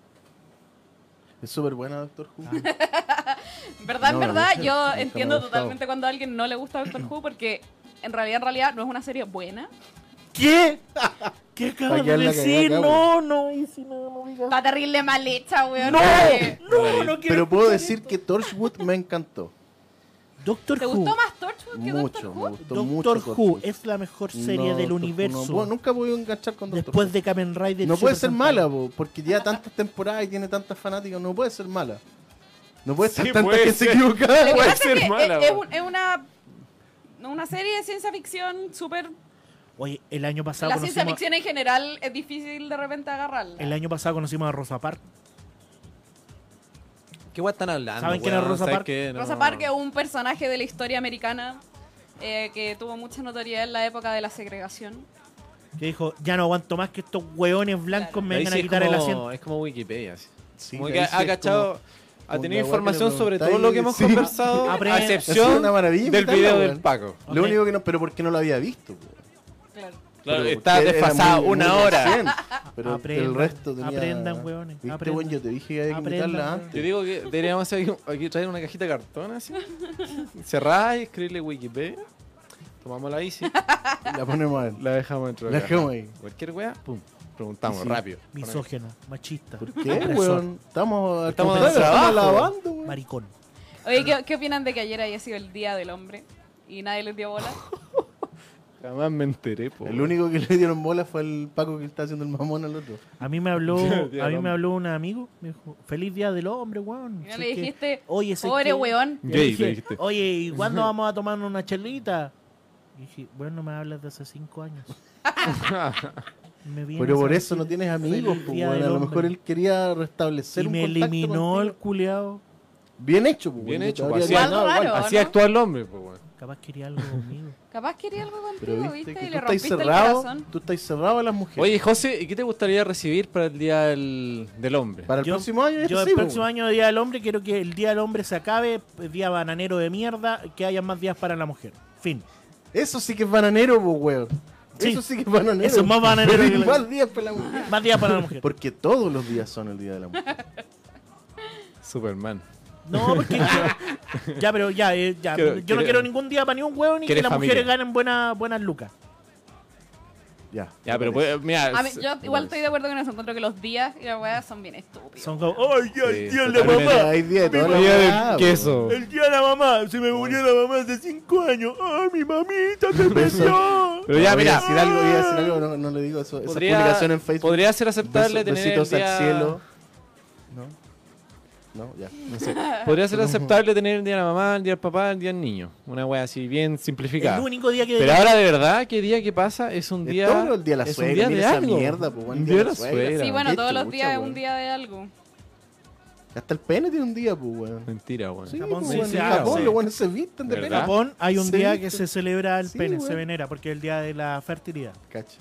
D: Es súper buena Doctor Who.
A: Ah.
B: En verdad,
D: No,
B: en
D: la
B: verdad,
D: verdad,
B: yo
D: nunca me ha
B: entiendo
D: gustado.
B: totalmente cuando a alguien no le gusta Doctor Who porque en realidad, en realidad, no es una serie buena.
A: ¿Qué? ¿Qué
D: Pa'
A: acabas
D: que
A: de
D: la
A: decir?
D: cagada,
A: No, no, y si no, no digas.
B: Está terrible mal hecha, weón.
A: ¡No!
B: Porque-
A: No, no quiero.
D: Pero puedo
A: escuchar
D: decir
A: esto.
D: que Torchwood me encantó.
A: Doctor
B: ¿Te
A: Who.
B: gustó más Torchwood que
D: Mucho,
B: Doctor
D: me
B: Who?
D: gustó mucho.
A: Doctor Who es la mejor serie
D: No,
A: del
D: Doctor Who
A: universo.
D: No, puedo- nunca he podido enganchar con Doctor
A: Después
D: Who.
A: de Kamen Rider.
D: No
A: Super
D: puede ser
A: Sentai.
D: mala, po, porque lleva tantas temporadas y tiene tantas fanáticas. No puede ser mala. No puede ser
C: Sí,
D: tanta
C: puede
D: que se
C: ser.
D: equivoca.
B: Lo que
C: Puede
B: pasa
C: ser
B: es que
C: mala,
B: es- es,
C: weón.
B: un- es una, una serie de ciencia ficción súper...
A: Oye, el año pasado
B: La ciencia
A: conocimos.
B: ficción en general es difícil de repente agarrarla.
A: El año pasado conocimos a Rosa Parks.
C: ¿Qué weá están hablando?
A: ¿Saben quién es
C: weón?
A: Rosa
C: ¿Sabes
A: Parks?
C: qué? No.
B: Rosa Parks es un personaje de la historia americana eh, que tuvo mucha notoriedad en la época de la segregación.
A: Que dijo, ya no aguanto más que estos hueones blancos
B: Claro.
A: me
C: Ahí
A: vengan
C: sí
A: a
C: es
A: quitar el
C: como-
A: asiento.
C: Es como Wikipedia. así.
D: Sí,
C: Como
D: ahí
C: que
D: sí
C: ha
D: es
C: cachado, ha tenido
D: como la weá que le
C: información sobre todo
D: preguntáis,
C: lo que hemos
D: sí.
C: conversado,
A: Aprende.
C: a
D: Ha sido
C: excepción
D: una maravilla
C: del
D: invitarla,
C: video
D: weón.
C: del Paco.
D: como- Lo
A: Ok.
D: único que no, pero porque no lo había visto. po.
B: Claro.
C: Claro,
D: Pero
C: está
D: usted era
C: desfasado
D: muy- muy
C: una hora.
D: recién. Pero
A: Aprendan,
D: el resto tenía...
A: aprendan, hueones,
D: Viste,
A: aprendan.
D: weón, yo te dije que había que
A: Aprendan,
D: invitarla
A: weón.
D: antes.
C: Yo digo que deberíamos hacer aquí, aquí traer una cajita de cartón así, cerrada y escribirle Wikipedia. Tomamos la ICI,
D: La ponemos a él.
C: la dejamos dentro de
D: La
C: acá.
D: dejamos ahí.
C: Cualquier wea, pum, preguntamos
D: Sí.
C: rápido.
A: Misógeno, machista.
D: ¿Por qué,
A: opresor,
D: weón?
C: Estamos
D: Estamos, estamos
C: en trabajo.
D: lavando, weón.
A: Maricón.
B: Oye, ¿qué, qué opinan de que ayer haya sido el Día del Hombre y nadie les dio bola?
C: Jamás me enteré, po.
D: El único que le dieron bola fue el Paco que está haciendo el mamón al otro.
A: A mí me habló,
C: Día
A: a
C: del
A: mí me
C: hombre.
A: habló un amigo, me dijo, feliz día del hombre, weón.
B: Y no
A: Si
B: le
A: es que-
B: dijiste,
A: oye, si es
B: pobre
A: que-
B: weón.
A: Le
C: Gay, le
A: dije,
C: dijiste.
A: Oye, ¿y cuándo vamos a tomar una chelita? Y dije, bueno, no me hablas de hace cinco años. Me vienes
D: Pero por
A: a
D: eso no
A: decir,
D: tienes amigos,
A: "Feliz
D: po,
A: Día
D: weón.
A: del
D: A lo
A: Hombre".
D: mejor él quería restablecer
A: Y
D: un
A: me
D: contacto
A: eliminó el
D: contigo.
A: culiao.
D: Bien hecho, po, weón.
C: Bien
D: Yo
C: hecho,
D: te
C: po,
D: habría
C: así,
B: Igual
D: ganado,
B: raro.
D: igual.
C: así
B: ¿no?
C: actúa el hombre, po, weón.
A: Capaz quería algo conmigo.
B: Capaz quería algo
D: Pero
B: contigo,
D: viste
B: ¿viste? Y
D: que tú
B: le
D: estás
B: rompiste el
D: cerrado,
B: corazón.
D: tú estás cerrado a las mujeres.
C: Oye, José, ¿y qué te gustaría recibir para el Día del, del Hombre?
D: para el
A: Yo-
D: próximo año es
A: Yo
D: así,
A: el
D: po,
A: próximo
D: weón.
A: año Día del Hombre quiero que el Día del Hombre se acabe, día bananero de mierda, que haya más días para la mujer. Fin.
D: Eso sí que es bananero, po, weón.
A: Sí.
D: Eso sí que es bananero.
A: Eso es más bananero
D: Pero
A: que la-
D: igual días para la mujer.
A: Más días para la mujer.
D: Porque todos los días son el día de la mujer.
C: Superman.
A: No, porque ya, pero ya, eh, ya.
C: Quiero-
A: yo
C: quiero-
A: no quiero ningún día para ni un huevo ni que
C: ¿Quieres
A: las
C: familia?
A: mujeres ganen buena- buenas lucas.
D: Ya.
C: Ya, pero
D: pues
C: puede- mira,
B: A mí-
C: se-
B: yo igual estoy de acuerdo con eso. Encuentro que los días y las weas son bien estúpidos.
A: Son como, ¡ay, ya, el
C: Sí,
A: día de la
C: totalmente.
A: mamá!
D: Hay día de toda la
C: Día del
D: weá, po.
C: queso.
A: ¡El día de la mamá! Se me murió la mamá hace cinco años. ¡Ay, mi mamita se perdió!
C: Pero ya,
D: Voy a
C: mira,
D: decir algo, voy a decir algo, no, no le digo eso.
C: podría,
D: esa publicación en Facebook.
C: podría ser aceptable
D: Beso-
C: tener el
D: besitos
C: día-
D: al cielo. No. No, ya. No sé.
C: Podría ser aceptable tener el día de la mamá, el día del papá, el día del niño. Una wea así bien simplificada.
A: El único día que
C: Pero ahora de verdad, ¿qué día que pasa? Es un
D: Es
C: día.
D: todo el día de la
C: es
D: suegra,
C: un día
D: mira
C: de
D: esa
C: algo.
D: mierda, pues, po,
C: un día de la suegra.
B: Sí, bueno,
D: Qué
B: todos los
D: chucha,
B: días es
D: weón.
B: un día de algo.
D: Hasta el pene tiene un día, pues, weón.
C: Mentira, weón.
D: Sí,
A: Japón
D: pues,
A: sí
D: weón,
A: se
D: en
A: hace.
D: Japón los buenos se visten de
A: en
C: ¿Verdad?
D: pene.
A: Japón hay un
D: Sí,
A: día
D: sí.
A: que se celebra el
D: Sí,
A: pene, se
D: weón.
A: venera, porque es el día de la fertilidad.
D: Cacha.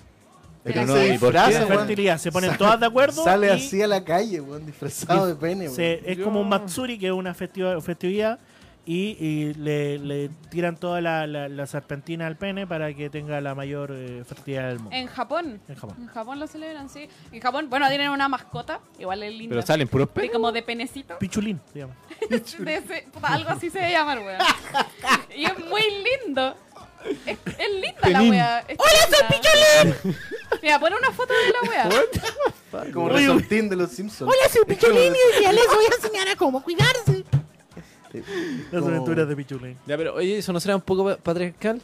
C: Pero
D: Acá
C: no,
D: se
C: ¿y por qué?
D: disfraza,
A: La
C: weón.
A: fertilidad, se ponen
D: Sa-
A: todas de acuerdo.
D: Sale
A: y
D: así a la calle, weón, disfrazado de pene, weón.
A: se- es como un Matsuri, que es una festiva- festividad y, y le, le tiran toda la, la- la serpentina al pene para que tenga la mayor eh, fertilidad del mundo.
B: En Japón.
A: En Japón.
B: En Japón lo celebran, sí. En Japón, bueno, tienen una mascota, igual es linda.
C: Pero salen puros
B: Sí,
C: penes.
B: como de penecito.
A: Pichulín, se llama.
B: De ese- puta, algo así se debe llamar, weón. Y es muy lindo. Es, es linda la
C: Pelín.
B: wea. ¡Hola, soy Picholín! Mira, pon una foto de la wea.
D: Como
A: Oye,
D: resortín de los Simpsons.
H: soy Picholín y ya les voy a enseñar a cómo cuidarse.
A: Las
D: Como-
A: aventuras de Pichulín.
C: Ya, pero oye, ¿eso no será un poco pa- patriarcal?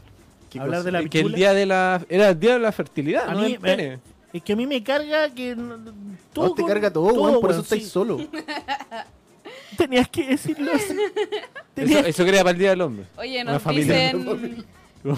D: ¿Qué
A: Hablar
D: cosa?
A: de la
C: que el
A: pichula.
C: día de la... Era el día de la fertilidad,
A: A
C: ¿no?
A: mí,
C: del pene.
A: eh, Es que a mí me carga que. no-
D: Vos te
A: con-
D: carga todo, weón, por eso
A: weón, sí.
D: estáis solo.
A: Tenías que decirlo así.
C: Eso,
A: Tenías
C: eso quería para el día del hombre.
B: Oye,
C: Una
B: nos
C: familia.
B: dicen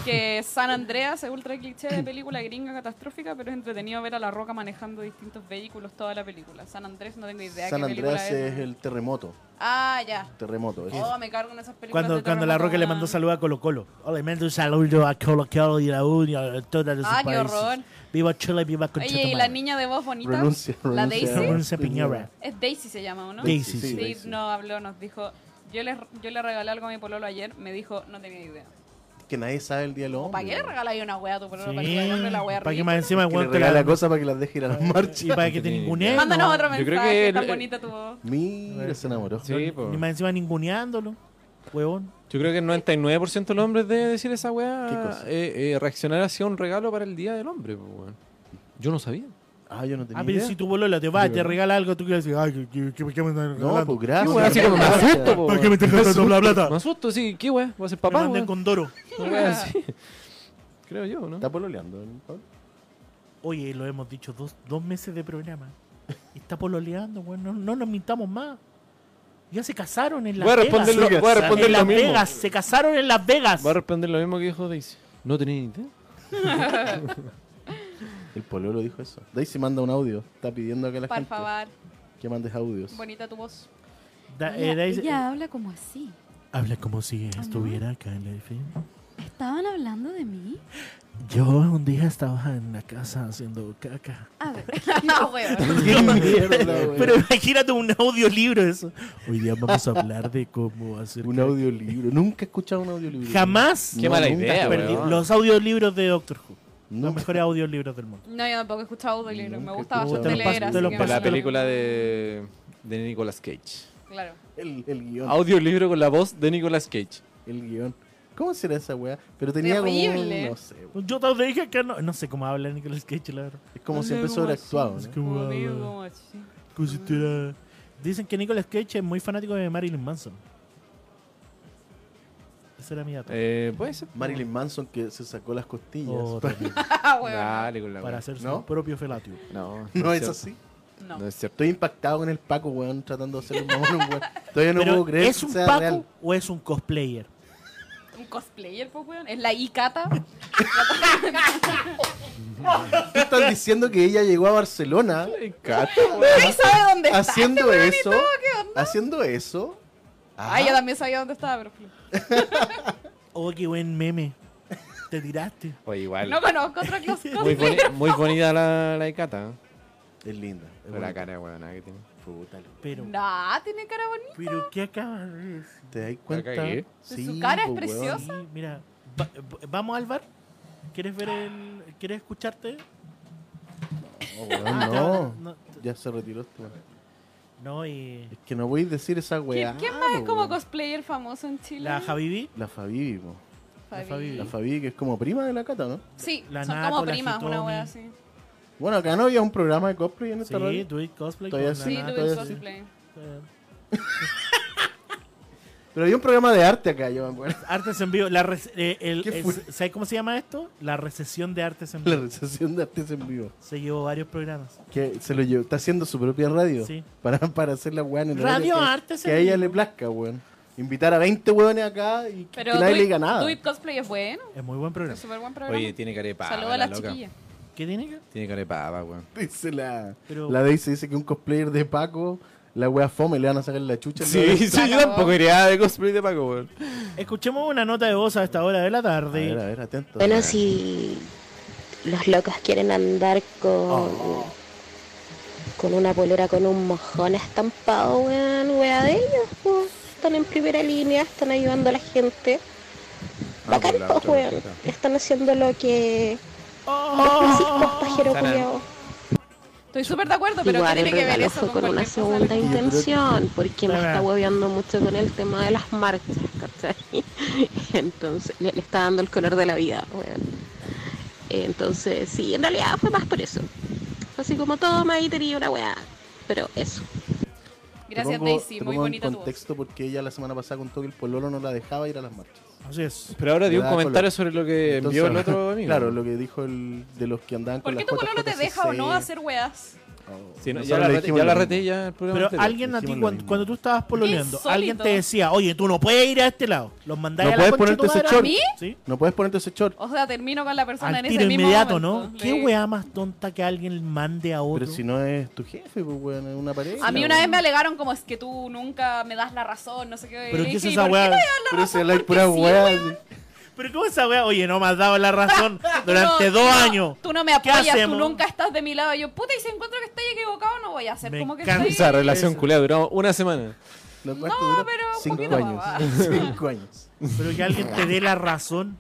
B: que San Andreas es ultra cliché de película gringa catastrófica, pero es entretenido ver a La Roca manejando distintos vehículos toda la película. San Andrés no tengo idea
D: San
B: qué película
D: Andreas
B: es.
D: es el terremoto.
B: Ah, ya.
D: Terremoto, eso.
B: Oh, me cargo en esas películas
A: Cuando,
B: de
A: cuando la
B: terremoto,
A: Roca le mandó
B: weón.
A: saludo a Colo Colo. Oh, le mando un saludo a Colo Colo y a la Unión, a todas las
B: Ah, qué
A: países.
B: horror.
A: Viva Chile, viva Conchetumare.
B: Oye, y la niña de voz bonita.
D: Renuncia,
B: la
D: renuncia.
B: Daisy.
A: Renuncia Piñera.
B: Es Daisy se llama, ¿o ¿no?
A: Daisy,
D: Sí,
A: sí.
B: Sí,
D: Daisy.
B: no habló, nos dijo. Yo le, yo le regalé algo a mi pololo ayer, me dijo, no tenía idea.
D: Que nadie sabe el día del hombre.
B: ¿Para qué le regaláis una wea a tu pololo?
A: Sí.
B: ¿Para que el hombre la wea
A: Para que
B: ridícula?
A: más encima el
D: Que le
A: weón te
D: regala cosas para que las deje ir a las
A: Y
D: marchas.
A: para que te
C: Sí.
A: ninguneen.
B: Mándanos
A: ¿no?
B: otro
C: Yo creo
B: mensaje,
C: que
B: tan
C: el-
B: bonita tu voz.
D: Mira, se enamoró.
C: Sí, po.
A: Y más encima ninguneándolo. Huevón.
C: Yo creo que el 99% de los hombres debe decir esa
D: ¿Qué
C: weá.
D: cosa?
C: eh, eh, reaccionar hacia un regalo para el día del hombre, po, weón. Yo no sabía.
D: Ah, yo no tenía
A: Ah, pero
D: idea.
A: si tu bolola te va,
C: Sí,
A: te
C: verdad.
A: regala algo, tú quieres decir, ay, ¿qué, qué, qué me están
D: No,
A: regalando?
D: pues gracias.
C: Qué weá, así como Ah, me
D: Gracias.
C: asusto, po,
A: ¿Para qué me
C: weón.
A: estás gastando la plata?
C: Me asusto, sí. ¿Qué weá? ¿Voy a ser
A: Me
C: papá,
A: mandan
C: weón?
A: con Doro.
C: Una weá así. Creo yo, ¿no?
D: Está pololeando. ¿no?
A: Oye, lo hemos dicho, dos, dos meses de programa. Está pololeando, weón. No, no nos mintamos más. Ya se casaron en Las
C: Voy a
A: Vegas.
C: responder lo, voy a responder
A: En
C: lo
A: Las
C: mismo.
A: Vegas. Se casaron en Las Vegas.
C: Voy a responder lo mismo que dijo Daisy. No tenía idea.
D: El pololo dijo eso. Daisy manda un audio. Está pidiendo que la
B: Por
D: gente
B: favor,
D: que mandes audios.
B: bonita tu voz.
A: Da- eh, da-
I: habla como así.
A: Habla como si estuviera acá en la FM.
I: ¿Estaban hablando de mí?
A: Yo un día estaba en la casa haciendo caca.
I: A ver.
B: no, weón.
D: Ah. ¡Qué mierda, weón!
A: Pero imagínate un audiolibro eso. Hoy día vamos a hablar de cómo hacer
D: Un
A: caca.
D: audiolibro. Nunca he escuchado un audiolibro.
A: Jamás
C: Qué mala
D: nunca
C: idea,
D: perdí-
C: weón.
A: los audiolibros de Doctor Who.
D: No.
A: Los mejores audiolibros del mundo.
B: No, yo tampoco he escuchado audiolibro. Me
D: Nunca
B: gusta
D: he
B: bastante
A: escuchado.
B: leer,
A: Te
B: así
A: lo
B: que
A: paso,
C: la
A: Pero-
C: película de, de Nicolas Cage.
B: Claro.
D: El, el guión.
C: Audiolibro con la voz de Nicolas Cage.
D: El guión. ¿Cómo será esa weá? Pero tenía como.
B: Terrible.
D: un- No sé, weón.
A: Yo te dije que no. No sé cómo habla Nicolas Cage, la verdad.
D: Es como siempre sobreactuado,
A: Es
D: ¿no?
A: como
B: Como digo,
A: habla.
B: como así.
A: Como si estuviera- Dicen que Nicolas Cage es muy fanático de Marilyn Manson. Ese era mi dato.
C: Eh, Puede ser.
D: Marilyn Manson que se sacó las costillas.
A: Oh, terrible.
B: Ah, weón.
C: Dale con la
A: para
C: weá.
A: hacer su
D: ¿No?
A: propio felatio.
C: No,
D: no es
C: cierto.
D: así.
B: No.
C: No es cierto.
D: Estoy impactado con el Paco, weón, tratando de hacer un mamón, weón. Todavía no
A: Pero,
D: puedo creer
A: ¿Es
D: que
A: un
D: sea
A: Paco
D: real.
A: o es un cosplayer?
B: Un cosplayer, pues, weón. Es la Icata.
D: ¿Qué estás diciendo que ella llegó a Barcelona
C: Me encanta, weón.
B: Ay, ¿sabe dónde está? este
D: haciendo eso?
B: ¿Qué onda?
D: Haciendo eso. Ah,
B: Ay, yo también sabía dónde estaba, pero.
A: Oh, qué buen meme. Te tiraste.
C: Oye, igual.
B: No conozco otro cos-
C: Muy,
B: cosplayer.
C: boni- muy bonita la, la Icata. ¿eh?
D: Es linda. es
C: Pero la
D: bonita.
C: cara de weona que tiene.
D: Puta,
A: Pero,
B: Nah, tiene cara bonita.
A: pero ¿qué acabas de decir?
D: ¿Te das cuenta?
C: cagué.
B: Su cara es
D: po, weón.
B: preciosa.
A: Sí, mira. Va- ¿Vamos al bar? ¿Quieres ver el. ¿Quieres escucharte?
D: No, weón,
A: Ah,
D: no.
A: no, no,
D: Ya se retiró este weón.
A: no, y.
D: Es que no voy a decir esa weá.
B: ¿Quién, quién más es
D: po,
B: como
D: weón.
B: cosplayer famoso en Chile?
A: La Javivi.
D: La Fabi, po.
A: la
B: Fabi.
A: Fabi.
D: La Fabi que es como prima de la Cata, ¿no?
B: Sí,
A: La
B: son
A: Naco,
B: como
A: la
B: primas, una
A: Hitomi.
B: wea así.
D: Bueno, acá no había un programa de cosplay en
A: Sí,
D: esta radio.
A: Tweet Cosplay.
D: Todavía
A: con la
B: Sí,
D: sí,
A: Nat.
B: tuve
D: todavía sí.
B: cosplay.
A: Eh,
D: Pero había un programa de arte acá, yo me acuerdo.
A: Artes en vivo. La res- eh, el-
D: ¿Qué
A: el-
D: fue?
A: ¿Sabes cómo se llama esto? La recesión de artes en
D: La
A: vivo.
D: recepción de artes en vivo.
A: Se llevó varios programas.
D: Que se lo llevó. Está haciendo su propia radio.
A: Sí.
D: Para, para hacer la weá en el
A: Radio
D: que-
A: Artes
D: Que
A: en
D: a ella
A: vivo.
D: le plazca, weón. Invitar a 20 weones acá y que-
B: Pero
D: que nadie
B: Tweet-
D: le diga nada.
B: Tweet Cosplay es bueno,
A: Es muy buen
B: es
A: programa.
B: súper buen programa.
C: Oye, tiene cara de pava.
B: Saludos a las
C: loca.
B: chiquillas.
A: ¿Qué tiene que?
C: Tiene cara de pava, weón.
D: Dice la,
A: Pero-
D: la Daisy dice que un cosplayer de Paco, la wea fome, le van a sacar la chucha.
C: Sí, sí, yo
B: Paco.
C: tampoco iría de cosplay de Paco, weón.
A: Escuchemos una nota de voz a esta hora de la
D: A
A: tarde.
D: ver, a ver, atento.
E: Bueno, si los locos quieren andar con, con una polera con un mojón estampado, weón, wea de ellos, pues, están en primera línea, están ayudando a la gente.
C: Ah,
E: Bacán,
C: por la
E: pues,
C: otra
E: weón.
C: receta.
E: Están haciendo lo que.
H: Oh.
E: Francisco, pajero
C: Tarán.
E: culiao.
B: Estoy súper de acuerdo, pero ¿qué
E: Igual el
B: tiene que ver
E: regalo
B: eso
E: fue con
B: cualquier
E: una
B: cosa?
E: segunda intención, porque me
A: Claro.
E: está hueveando mucho con el tema de las marcas, ¿cachai? Entonces, le, le está dando el color de la vida, weón. Entonces, sí, en realidad fue más por eso. Fue así como toma ahí tenía una weá. Pero eso.
B: Gracias,
D: te pongo,
B: Daisy.
D: te
B: Muy
D: pongo
B: bonita
D: en
B: tu voz.
D: contexto porque ella la semana pasada contó que el pololo no la dejaba ir a las marchas.
A: Así es.
C: Pero ahora di
D: Le
C: un
D: da
C: comentario
D: color.
C: sobre lo que
D: Entonces,
C: envió Eh, el otro amigo.
D: Claro, lo que dijo el de los que andaban con este
B: ¿Por qué
D: las
B: tu color no te
D: JJCC.
B: deja o no hacer weas?
D: Oh,
C: Sí, no, ya,
D: nosotros
C: la
D: le
C: rete,
D: dijimos
C: ya la
D: lo
C: reté
D: mismo.
C: ya el programa
A: Pero
C: anterior.
A: alguien a ti,
D: dijimos lo
A: cuando,
D: mismo.
A: cuando tú estabas pololeando,
B: insólito.
A: alguien te decía, oye, tú no puedes ir a este lado. Los mandáis
D: No
A: a la
D: puedes ponerte
A: conchetumadre,
D: ese short.
B: ¿A mí?
A: ¿Sí?
D: No puedes ponerte ese short.
B: O sea, termino con la persona
A: Al
B: en
A: tiro
B: ese mismo
A: inmediato, ¿no?
B: momento.
A: ¿Qué
B: Le-
A: weá más tonta que alguien mande a otro?
D: Pero si no es tu jefe, pues, weón, es una pareja.
B: A mí una
D: weón.
B: vez me alegaron como es que tú nunca me das la razón, no sé qué.
A: ¿Pero
B: Y
A: qué es
B: dije, "¿Y
A: esa
B: por
A: weá?
B: no me das la
D: Pero si
B: razón?
D: habláis
B: Porque
D: pura
B: sí,
D: weá,
B: weón.
D: así.
A: ¿Pero cómo esa weá? Oye, no me has dado la razón
B: Tú
A: durante
B: no-
A: dos
B: tú no-
A: años.
B: Tú no me
A: ¿Qué
B: apoyas, tú
A: hacemos?
B: nunca estás de mi lado. Y yo, puta, y si encuentro que estoy equivocado, no voy a hacer
A: Me
B: como que
A: encanta.
B: estoy...
C: Esa relación
A: Eso.
C: culiada duró una semana.
D: Lo
B: No,
D: cual te duró
B: pero un
D: cinco
B: poquito
D: años.
B: más.
D: cinco años.
A: Pero que alguien te dé la razón.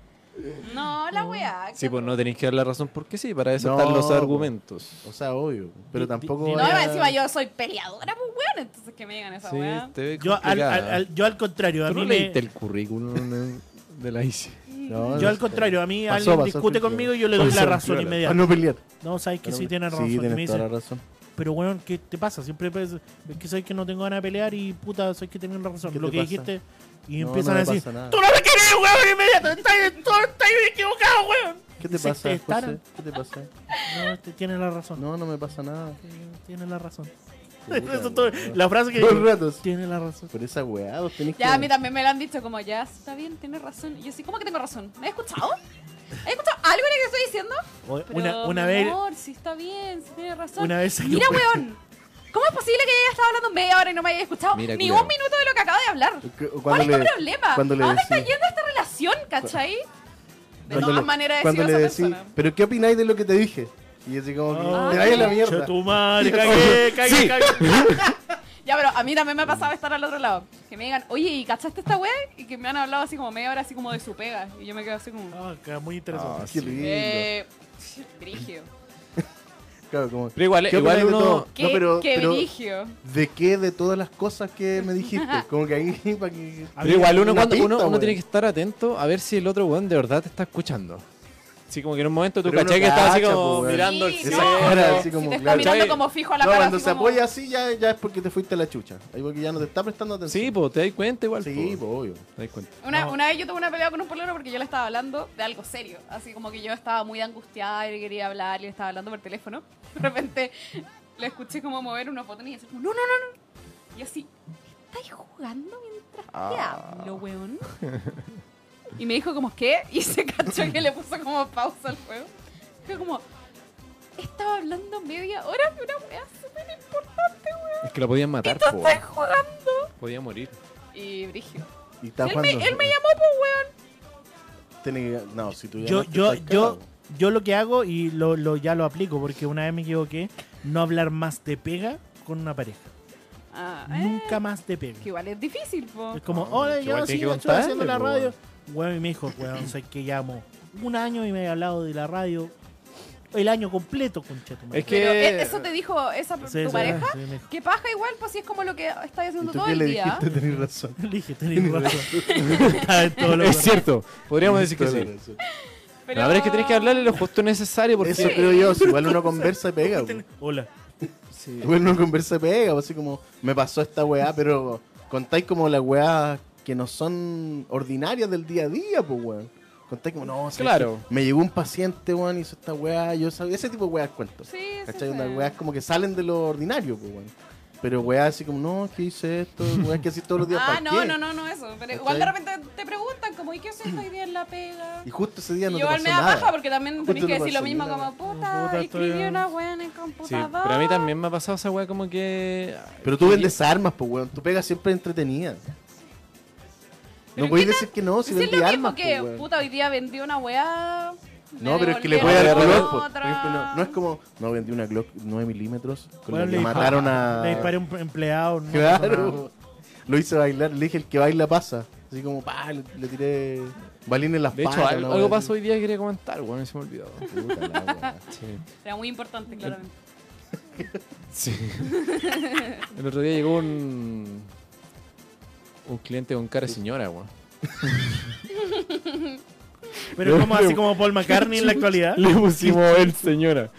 B: No, la weá.
C: Sí,
B: qué
C: pues no tenéis que dar la razón porque sí, para eso
D: No,
C: están los
D: pues.
C: argumentos.
D: O sea, obvio. Pero
A: Di- di-
D: tampoco.
A: di-
B: No,
A: Vaya-
B: más encima yo soy peleadora, pues weón, entonces que me digan esa
C: Sí,
B: weá.
C: te ve
A: Yo al,
C: complicada.
A: al-
D: ¿eh?
A: al- yo al contrario, a
C: ¿Tú no
A: mí me,
C: leíste el currículum de- de la ICE?
D: No,
A: Yo
D: no
A: al
D: sé.
A: contrario, a mí
D: Pasó,
A: alguien
D: pasó,
A: discute
D: Felipe.
A: conmigo y yo le doy
D: Pasó,
A: la razón
C: Felipe.
D: Para
A: inmediata.
D: no pelear.
A: No, sabes que
D: Pero-
A: sí tienes razón.
D: Ah, Sí,
A: Y me
D: tienes toda la
A: dicen,
D: razón.
A: pero weón, ¿qué te pasa? Siempre pe- es que sabes que no tengo ganas de pelear y puta, sabes que tengo la razón.
D: ¿Qué
A: Lo
D: te
A: que
D: pasa?
A: dijiste. Y
D: No,
A: empiezan
D: no
A: a
D: me
A: decir,
D: pasa nada.
A: ¡Tú no me querés, weón! Inmediato, estás estás equivocado, weón.
D: ¿Qué te
A: Se
D: pasa, José?
A: testaron.
D: ¿Qué te pasa?
A: No, te- tienes la razón.
D: No, no me pasa nada.
A: Tienes la razón.
D: Puta,
A: Eso todo-
D: weón.
A: la frase que
D: Dos
A: digo,
D: ratos.
A: Tienes la razón.
D: Por esa weá, vos tenés
B: Ya,
D: que.
B: a mí también me lo han dicho como, ya, está bien, tienes razón. Y yo sí, ¿cómo que tengo razón? ¿Me has escuchado? ¿Has escuchado algo de lo que estoy diciendo?
A: O-
B: Pero,
A: Una,
B: mi
A: una vez,
B: amor, sí está bien, sí tienes razón.
A: una vez salió-
B: Mira, weón, ¿cómo es posible que ella estado hablando media hora y no me haya escuchado
C: Mira,
B: ni
C: culiao.
B: un minuto de lo que acaba de hablar?
D: Cu-
B: ¿Cuál
D: Cuando
B: es tu
D: le,
B: problema? ¿A
D: cuando le
B: dónde está
D: decí-
B: yendo esta relación, cachai? De
D: cuando
B: todas
D: le-
B: maneras,
D: cuando
B: decirlo a esa
D: le decí,
B: persona.
D: ¿pero qué opináis de lo que te dije? Y así como que,
A: Ah,
D: te vaya a la
A: "Che,
D: mierda.
A: tu madre, cagué, cagué,
C: Sí.
A: cagué".
B: Ya, pero a mí también me ha pasado estar al otro lado. Que me digan, oye, ¿y cachaste esta wea? Y que me han hablado así como media hora, así como de su pega. Y yo me quedo así como,
A: Ah, que muy interesante.
D: Ah, qué lindo.
B: eh, brígido.
D: Claro, como,
C: Pero igual-
D: ¿qué
C: igual
D: opináis de
C: uno-
D: todo?
B: Qué,
D: No, pero,
B: qué
D: pero
B: brígido.
D: ¿de qué de todas las cosas que me dijiste? Como que ahí, para que...
A: A
C: Pero
A: mí-
C: igual uno,
D: una
C: cuando,
D: pista,
C: uno, uno
D: weón.
C: tiene que estar atento a ver si el otro weón de verdad te está escuchando. Así como que en un momento tú
D: Pero uno
C: caché que estás así
D: cacha,
C: como
D: po, weón.
C: mirando el
B: Sí,
D: esa
B: no,
C: cerebro.
D: cara, así
B: si
D: como,
B: te está
D: claro.
B: mirando
C: ¿Cachai?
B: como fijo a la
D: No,
B: cara.
D: cuando
B: así
D: se
B: como-
D: apoya así ya, ya es porque te fuiste a la chucha. Ahí porque ya no te está prestando atención.
C: Sí, pues te das cuenta igual.
D: Sí,
C: po.
D: po, obvio.
C: Te das cuenta.
B: Una,
A: No.
B: una vez yo tuve una pelea con un polero porque yo le estaba hablando de algo serio. Así como que yo estaba muy angustiada y le quería hablar y le estaba hablando por teléfono. De repente le escuché como mover unos botones y decir, no, no, no, no. Y así, ¿estáis jugando mientras
D: Ah.
B: te hablo, weón? Y me dijo como, ¿qué? Y se cachó que le puso como pausa al juego. Dijo como, estaba hablando media hora de una weá súper importante, weón.
C: Es que lo podían matar,
B: Tú
C: po.
B: estás jugando.
C: podía morir.
B: Y Brigio.
D: Y está
B: Él me,
D: jugando.
B: él me llamó, pues, weón.
D: Tiene que- No, si tú
A: yo,
D: llamaste,
A: yo,
D: estás
A: yo,
D: cagado.
A: yo lo que hago y lo, lo- ya lo aplico, porque una vez me equivoqué, no hablar más de pega con una pareja.
B: Ah, eh.
A: Nunca más de pega.
B: Que igual es difícil, po.
A: Es como,
C: Ah,
A: hola,
C: que
A: yo
C: igual
A: sí,
C: tiene que pues,
A: yo estoy haciendo
C: contarle,
A: la
C: po,
A: radio. Weón, y me dijo, weón, sé que llamo un año y me había hablado de la radio. El año completo, concha tu madre.
C: Es que-
B: Pero ¿e- eso te dijo esa
A: Sí,
B: tu
A: sí,
B: pareja.
A: sí, me dijo.
B: Que paja igual, pues si es como lo que estás
D: ¿Y
B: haciendo
D: tú
B: todo
D: qué
B: el
D: le
B: día.
D: dijiste? Tenés razón.
A: Le dije, tenés razón. Estaba en todo lo
C: Es
A: correcto.
C: cierto, podríamos decir que
D: Tenés
C: sí.
D: razón.
B: Pero...
C: La verdad es que tenés que hablarle lo justo necesario porque
D: Eso creo yo, si igual uno conversa y pega. po.
A: Hola.
C: Sí.
D: Igual uno conversa y pega, po, así como, me pasó esta weá, pero contáis como las weá que no son ordinarias del día a día, pues weón. Contáis como, no, ¿sabes
C: Claro.
D: qué? Me llegó un paciente, weón, hizo esta weá, yo sabía, ese tipo de weá cuento.
B: Sí, sí,
D: ¿Cachai?
B: sí.
D: Unas weas como que salen de lo ordinario, pues weón. Pero weá así como, no, ¿qué hice esto? Weá que así todos los días.
B: Ah,
D: ¿para
B: no,
D: qué?
B: no, no, no, eso. Pero igual de
D: ¿Cachai?
B: repente te preguntan, como, ¿y qué haces hoy día en la pega?
D: Y justo ese día
B: Y
D: no te
B: igual
D: pasó
B: me da
D: nada.
B: paja porque también
D: Justo
B: tenés que
D: no
B: decir lo
D: pasó
B: mismo,
D: nada.
B: como, puta,
A: Puta,
B: escribí
A: estoy-
B: una wea en el
C: Sí,
B: computador.
C: pero a mí también me ha pasado esa weá como que.
D: Pero tú vendes armas, pues weón. Tu pega siempre es entretenida.
B: Pero
D: No podéis
B: ¿qué
D: decir que no, si
B: Sí, es
D: vendí
B: lo mismo
D: armas.
B: que,
D: po, pues, weón.
B: puta, hoy día vendí una wea. me
D: No, pero es que le
C: puede
D: puede dar
B: devolvieron
C: dar color,
D: color. po. Por
B: otra.
D: ejemplo, no, no es como, no vendí una Glock 9 milímetros. Con
A: Bueno,
D: la
A: le disparé-
D: que mataron
A: Le
D: a.
A: disparé a un empleado. no pasó nada.
D: Claro. Lo hice bailar, le dije el que baila pasa. Así como, pa, le, le tiré balín en las
C: De hecho,
D: patas,
C: al-
D: una
C: algo
D: wea
C: pasó
D: así.
C: hoy día que quería comentar, weón, y se me olvidó.
D: Puta la wea.
C: Sí.
B: Era muy importante, claramente.
C: Sí. El otro día llegó un. Un cliente con cara de señora, weón.
A: Pero como así como Paul McCartney en la actualidad.
C: Le pusimos el señora.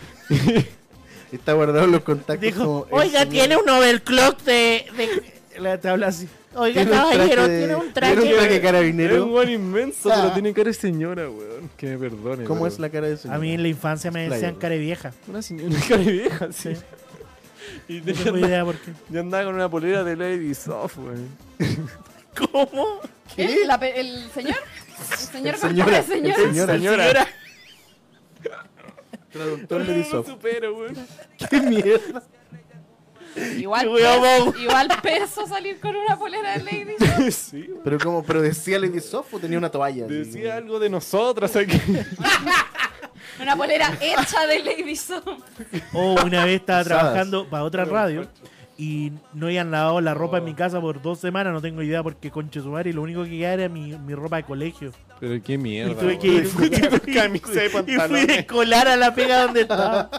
D: Está guardado en los contactos. como
A: Dijo,
D: el
A: oiga,
D: señor-
A: tiene un overclock de... de... La- Te habla así. Oiga,
D: tiene un traje
A: caballero,
D: de-
A: tiene un traje...
D: Tiene un traje
C: Es un
D: carabinero.
C: weón inmenso,
A: Ah.
C: pero tiene cara de señora, weón. Que me perdone.
D: ¿Cómo
C: pero-
D: es la cara de señor?
A: A mí en la infancia me decían
D: Player.
A: care vieja.
C: Una señora, una cara de vieja, sí.
A: Sí.
C: Y
A: No
C: tenía-
A: tengo idea por qué.
C: yo andaba con una polera de Lady Soft, weón.
A: ¿Cómo?
B: ¿Eh? ¿La pe- ¿El señor? ¿El señor con
D: señora,
B: cara de
D: el
B: señora?
D: señor. Señora.
C: señora.
D: Traductor
C: No,
D: de
C: no
D: Ubisoft.
C: supero, weón.
D: ¡Qué mierda!
B: Igual,
A: Qué weón,
B: peso, igual peso salir con una polera de Lady.
C: Sí, weón.
D: Pero como, pero decía Lady Soft o tenía una toalla. así?
C: Decía algo de nosotras aquí.
B: Una polera hecha de Lady Song.
A: O una vez estaba
D: Usadas.
A: trabajando para otra radio y no habían lavado la ropa en mi casa por dos semanas, no tengo idea porque conche su madre, lo único que quedaba era mi, mi ropa de colegio.
C: Pero qué
A: Y
C: mierda.
A: tuve que
C: weón.
A: ir
C: camisa y
A: y fui
C: pantalones.
A: de colar a la pega donde estaba.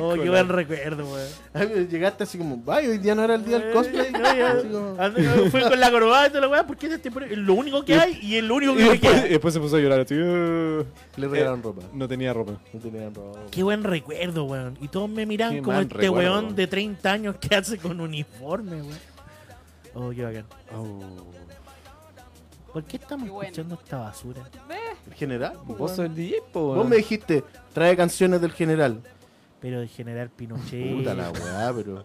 A: Oh, qué buen recuerdo, weón.
D: Ay, pero Llegaste así como, ay, hoy día no era el día del cosplay.
A: Eh, No, ya-
D: Así como,
A: ando- no, fui con la corbata y toda la weá, porque este tipo- es lo único que hay y es lo único
C: Y
A: que me
C: después,
A: queda.
C: después se puso a llorar así. "Ah".
D: le regalaron ropa.
C: No tenía ropa.
D: No tenían ropa.
A: Qué buen recuerdo, weón. Y todos me miran
C: Qué
A: como
C: mal
A: este
C: recuerdo,
A: weón,
C: weón.
A: de 30 años que hace con uniforme, weón. Oh, qué bacán. ¿Por qué estamos
B: Qué bueno.
A: escuchando esta basura?
D: ¿El general? po,
C: Vos
D: weón.
C: sos el DJ, po,
D: Pues Vos
C: weón.
D: me dijiste, trae canciones del general.
A: Pero de general Pinochet.
D: Puta la weá, pero.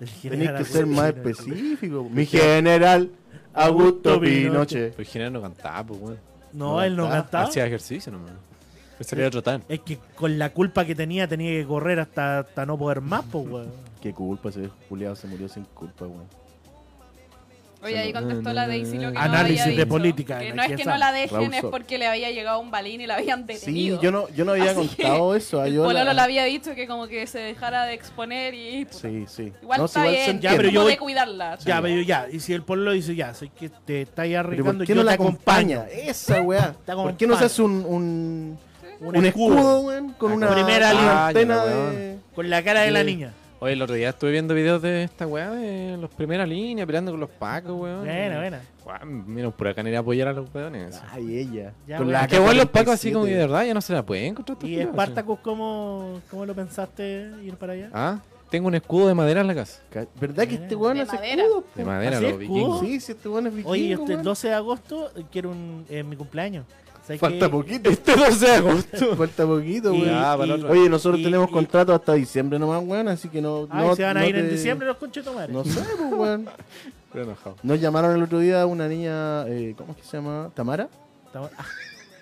A: del
D: Tenés
A: general
D: que ser más
A: Pinochet.
D: específico. Mi general, Augusto Pinochet.
C: Pero Pues General no cantaba, po, weón.
A: No, él no
D: cantaba.
A: cantaba.
C: Hacía ejercicio nomás. Me salía a trotar.
A: Es que con la culpa que tenía, tenía que correr hasta, hasta no poder más, po, weón.
D: Qué culpa ese Juliado se murió sin culpa, weón.
B: Oye, ahí contestó la Daisy lo que no
A: Análisis
B: había
A: de
B: dicho.
A: política,
B: Que
A: Ana,
B: no es
A: ¿quién
B: que
A: sabe?
B: no la dejen,
D: Raúl
B: es
D: Sor.
B: porque le había llegado un balín y la habían
D: Sí,
B: detenido.
D: yo no, yo no había
B: Así que
D: contado eso. ah,
B: El
D: yo
B: pololo
D: la-
B: le había dicho que como que se dejara de exponer y... puta,
D: Sí, sí.
B: Igual
D: No, sí,
B: está
D: igual se
B: bien,
D: entiende.
A: Ya, pero
B: como
A: yo-
B: de cuidarla.
A: Ya, pero ya. Y si el pueblo dice, ya, sé que te estáis
D: Pero
A: arriesgando,
D: ¿por qué
A: yo
D: no la
A: te acompaño.
D: acompaña? Esa weá. ¿Por qué no se hace un, un,
A: Un
D: un
A: escudo.
D: escudo, weón? Con
C: Ah,
D: una
A: con primera
D: una
C: línea.
D: antena
C: Weón.
D: de.
A: Con la cara de la
C: Sí.
A: niña.
C: Oye, el otro día estuve viendo videos de esta weá de los primeras líneas peleando con los pacos, weón.
A: Buena, buena.
C: Guau, mira, un huracán ir a apoyar a los weones.
A: Ah,
D: Ay, ella.
A: Ya,
D: Con
A: weón.
D: la
A: Es
C: que vos los pacos así
D: 47.
C: como que de verdad ya no se la pueden encontrar. estos
A: ¿Y
C: culiados,
A: Espartacus, cómo, cómo lo pensaste ir para allá?
C: sí. Ah, tengo un escudo de madera en la casa.
D: Ca- ¿Verdad que este
A: De
D: weón hace
B: madera.
D: escudos?
C: De
D: po?
C: madera,
A: ¿Así
C: los vikingos.
D: Sí, si este weón es vikingo.
A: Oye, este
D: weón.
A: 12 de agosto eh, quiero un, eh, mi cumpleaños. ¿Sabes
D: Falta
A: qué?
D: poquito.
C: Este 12 de agosto.
D: Falta poquito,
A: Y-
D: weón.
C: Ya, Ah, para la
A: y-
C: otra.
D: Oye, nosotros
A: y-
D: tenemos
A: y-
D: contrato hasta diciembre nomás, weón, así que no.
A: Ay,
D: no-
A: se van a
D: no
A: ir en
D: te-
A: diciembre los conchetomares.
D: No sé, pues, weón.
C: Pero enojado.
D: Nos llamaron el otro día una niña, eh, ¿cómo es que se llama? ¿Tamara?
A: Estamos-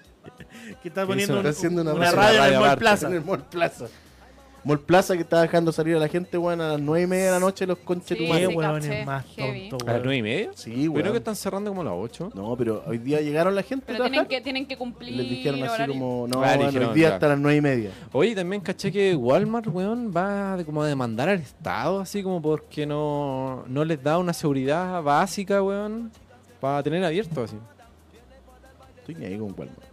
A: que está
C: hizo?
A: poniendo un-
D: Está haciendo una
A: una
D: radio-
A: radio en el
C: radio
A: Mall
C: aparte.
A: Plaza.
D: En el Mall Plaza. Mall Plaza que está dejando salir a la gente, weón, a las nueve y media de la noche los conches
B: Sí,
A: Qué
B: sí,
A: huevones
B: caché.
A: más
B: Heavy.
A: tontos,
C: ¿A las
A: weón.
C: 9 y media?
D: Sí,
C: Yo creo
D: weón.
C: que están cerrando como a las 8.
D: No, pero hoy día llegaron la gente
B: Pero
D: a
B: tienen
D: trabajar.
B: que, tienen que cumplir
D: Les dijeron así
B: horario.
D: como, no,
C: Ah,
D: weón,
C: dijeron,
D: hoy día
C: ya.
D: hasta las nueve y media.
C: Oye, también caché que Walmart, weón, va de- como a demandar al Estado, así como porque no, no les da una seguridad básica, weón, para tener abierto así.
D: Estoy ni ahí con Walmart.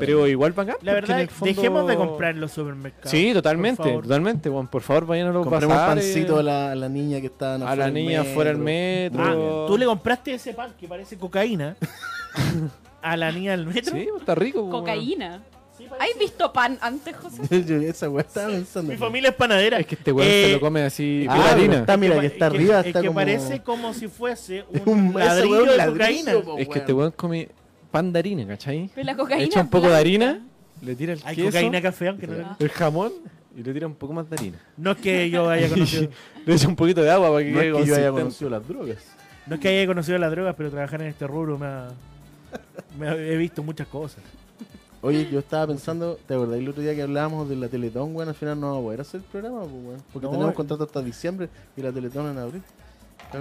C: Pero igual para acá.
A: La
C: porque en
A: verdad,
C: el fondo-
A: dejemos de comprar en los supermercados.
C: Sí,
A: por
C: totalmente,
A: favor.
C: totalmente, weón. Por favor, vayan a los
D: compremos
C: bazares,
D: pancito a la, a la niña que está
C: a la niña fuera del metro.
A: Ah, tú le compraste ese pan que parece cocaína a la niña del metro.
C: Sí, está rico, weón.
B: Cocaína.
A: Sí, parece.
B: ¿Has visto pan antes, José?
D: Esa weá estaba pensando.
A: Mi familia es panadera.
C: Es que este weón se
A: Eh,
C: lo come así,
D: Ah,
C: pura
D: pero
C: harina.
D: está- mira, que está
A: es
D: arriba,
A: es
D: está
A: que
D: como-
A: parece como si fuese un,
D: Un
A: ladrillo
D: ladrillo,
A: de
D: ladrillo,
A: cocaína.
D: po.
C: Es que este weón come pan de harina, ¿cachai?
B: Pero la cocaína
C: Echa un
B: es
C: poco de
B: blanca.
C: harina, le tira el
A: Hay
C: queso,
A: cocaína café, aunque no
B: Ah.
C: el jamón y le tira un poco más de harina.
A: No es que yo haya conocido,
C: Le echa un poquito de agua para que
D: No
C: quede
D: es que yo haya
C: consistente.
D: conocido las drogas.
A: no es que haya conocido las drogas, pero trabajar en este rubro me ha, me ha- he visto muchas cosas.
D: Oye, yo estaba pensando, ¿te acordás el otro día que hablábamos de la Teletón, weón? Al final no vamos a poder hacer el programa, pues, weón. Porque
A: No,
D: tenemos
A: eh.
D: contrato hasta diciembre y la Teletón en abril.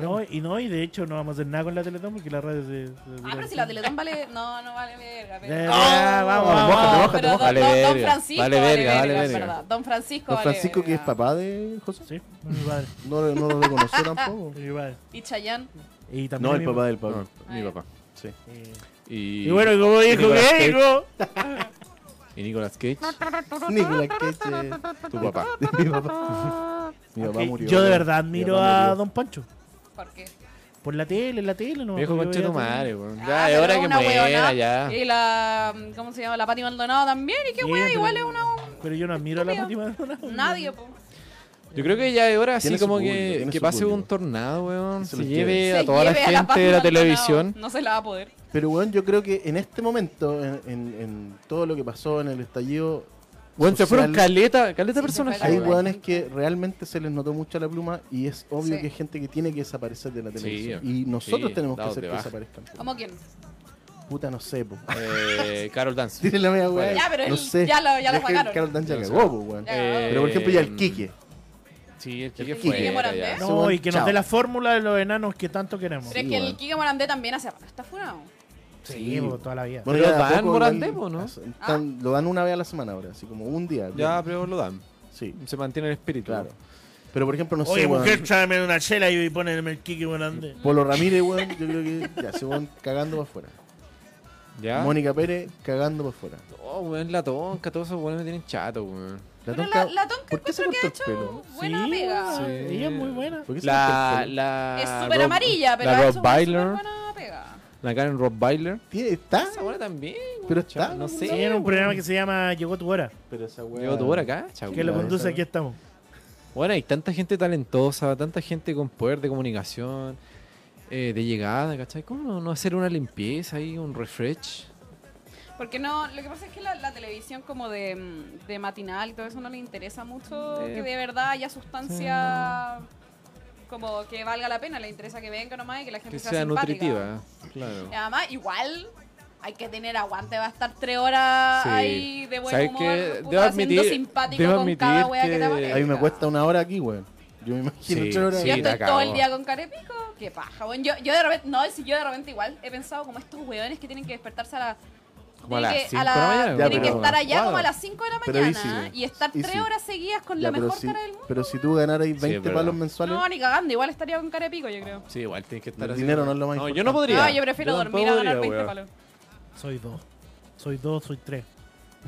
A: No, y no, y de hecho no vamos a hacer nada con la Teletón porque la radio se. se-
B: Ah, pero si la Teletón vale... No, no vale verga.
A: Ya,
B: pero-
A: ya, ya, vamos,
D: Vamos,
A: vamos.
D: mójate,
B: Pero
D: mójate.
B: don,
C: Vale
B: don- don
C: verga,
B: Francisco
C: vale
B: vale
C: verga,
B: verga,
C: vale
B: es
C: verga.
B: verdad. Don Francisco
A: eh.
D: Don
B: vale
D: Francisco, que es
B: verga.
D: papá de José,
A: Sí, mi padre,
D: no, no lo reconoció tampoco.
A: mi padre.
B: Y Chayanne.
A: Y también
D: No, el
A: mi-
D: papá del Pablo.
C: No, mi papá.
D: Sí.
A: eh,
C: Y,
A: y, bueno, como dijo
C: Nicolas Cage.
A: Keiko,
C: y Nicolas Cage,
D: Nicolas Cage.
C: tu papá.
D: eh, Mi papá. Mi papá
A: que
D: murió.
A: yo de verdad admiro
D: Mi papá
A: a
D: murió.
A: Don Pancho.
B: ¿Por qué?
A: Por la tele, la tele, no.
C: Viejo
A: Yo
C: conche
A: veía
C: tu
A: tele.
C: madre, weón.
B: Ah,
C: Ya, es
B: pero
C: hora que
B: una
C: muera,
B: weona.
C: ya.
B: Y la. mm, ¿Cómo se llama? La Pati Maldonado también. ¿Y qué
A: Sí,
B: wea?
A: pero-
B: Igual es una.
A: Pero yo no admiro a la
B: Estúpido.
A: Fátima Maldonado.
B: Nadie, po.
C: Yo creo que ya es hora así
D: Tiene su
C: como
D: público,
C: que,
D: tiene
C: que
D: su
C: pase
D: público.
C: un tornado, weón.
D: Se
C: Se,
D: los
C: lleve
D: lleve.
C: a toda la
B: lleve
C: gente
B: Pati
C: de la
B: Maldonado.
C: televisión.
B: No se la va a poder.
D: Pero bueno, yo creo que en este momento, en, en- en todo lo que pasó en el estallido,
C: Weón, se fueron
D: Social.
C: caleta, caleta
B: Sí,
C: personajes.
B: se fue
D: hay
B: Claro.
C: weón.
D: hueones que realmente se les notó mucho la pluma y es obvio
B: Sí.
D: que es gente que tiene que desaparecer de la
C: Sí,
D: televisión. y nosotros
C: sí,
D: tenemos que
C: dados
D: hacer
C: de
D: que
C: baja.
D: desaparezcan. pues.
B: ¿Cómo quién?
D: Puta, no sé, po.
C: Eh, Carol Dance.
D: Dile la media weá.
B: Ya, pero
D: no
B: él-
D: sé.
B: ya lo- ya lo
D: Es que
B: sacaron.
D: Carol Dance ya
C: Ya lo
D: cagó, po, weón.
B: Ya cagó.
D: Pero por ejemplo, ya el
C: Eh,
D: Quique.
C: Sí, el Kike
D: El
C: fue.
D: Quique
B: Morandé.
C: ya.
A: No,
D: Según-
A: y que nos
D: chao.
A: dé la fórmula de los enanos que tanto
B: Pero
A: queremos.
D: Sí,
B: es que
D: bueno.
B: el Kike Morandé también hace rato está funado.
A: Sí, po, toda la vida.
C: Pero
D: ya de a
C: dan
D: poco
C: Morandé,
D: igual
C: po, ¿no?
D: hacen-
B: Ah.
D: están- Lo dan una vez a la semana ahora, así como un día.
C: Ya, pero lo dan.
D: Sí,
C: Se mantiene el espíritu.
D: claro. Pero por ejemplo, no
A: Oye,
D: sé, weón,
A: mujer, tráeme una chela y poneme el Kiki Morandé.
D: Polo Ramírez, weón, yo creo que ya se van cagando para afuera.
C: ¿Ya?
D: Mónica Pérez cagando para afuera.
C: Oh, weón, la tonca, todos esos weones me tienen chato, weón.
D: La
B: Pero
D: tonca,
B: la, la tonca
D: ¿por qué se
B: encuentro que
D: cortó
B: ha
D: el pelo?
B: hecho buena
A: Sí,
B: pega.
A: weón, Ella es muy buena.
D: ¿Por qué se cortó
C: La,
D: el pelo?
C: la.
B: Es súper
C: Rob-
B: amarilla, pero
C: La
B: ha hecho
C: Rob
B: una
C: Bailer.
B: súper buena pega.
C: La Karen Rob Bailer.
D: ¿Tiene- ¿Está?
C: Esa buena también, weón,
D: Pero está,
C: chaval, No
D: ¿no?
C: sé.
A: Sí, era un
C: weón.
A: programa que se llama Llegó tu hora,
D: Pero esa weá.
C: Llegó tu hora acá, chaval.
A: que lo
D: Claro,
A: conduce
D: claro.
A: Aquí estamos.
C: Bueno, hay tanta gente talentosa, tanta gente con poder de comunicación, eh, de llegada, ¿cachai? ¿Cómo no, no hacer una limpieza ahí, un refresh?
B: Porque no, lo que pasa es que la, la televisión como de, mm, de matinal y todo eso no le interesa mucho
C: Eh,
B: que de verdad haya sustancia como que valga la pena, le interesa que venga nomás y que la gente
C: Que
B: sea,
C: sea
B: simpática.
C: nutritiva. Claro.
B: Y además, igual hay que tener aguante, va a estar tres horas
C: Sí.
B: ahí de buen
C: ¿Sabes
B: humor,
C: qué?
B: puta,
C: Debo
B: siendo
C: admitir-
B: simpático
C: debo
B: con cada
C: admitir
B: wea que, te
C: que-
B: aparezca.
D: A mí me cuesta una hora aquí, weón. Yo me imagino
C: Sí,
D: tres horas
C: sí.
B: Yo
D: aquí.
B: estoy
C: la
B: todo
C: cagó.
B: el día con carepico. Qué paja, weón. Yo, yo de repente, no, si yo de repente igual he pensado como estos weones que tienen que despertarse a la.
C: Como a
B: tienen
C: las
B: que-
C: cinco de la mañana,
B: Tienen
D: pero-
B: que estar allá
C: Wow.
B: como a las 5 de la
D: Pero
B: mañana
D: easy,
B: y estar
D: easy.
B: 3 horas seguidas con
D: Ya,
B: la
D: pero,
B: mejor
D: si,
B: cara del mundo.
D: pero si tú ganaras 20
C: es verdad.
D: palos mensuales,
B: No, ni cagando, igual estaría con carepico, yo creo.
C: Sí, igual tienes que estar
D: El
C: así.
D: dinero no es lo más
C: No, yo
D: importante.
C: no podría.
B: No, yo prefiero
C: Yo
B: dormir a
C: tampoco
B: ganar
C: podría,
B: 20
C: weón.
B: palos.
A: Soy dos. Soy dos, soy tres.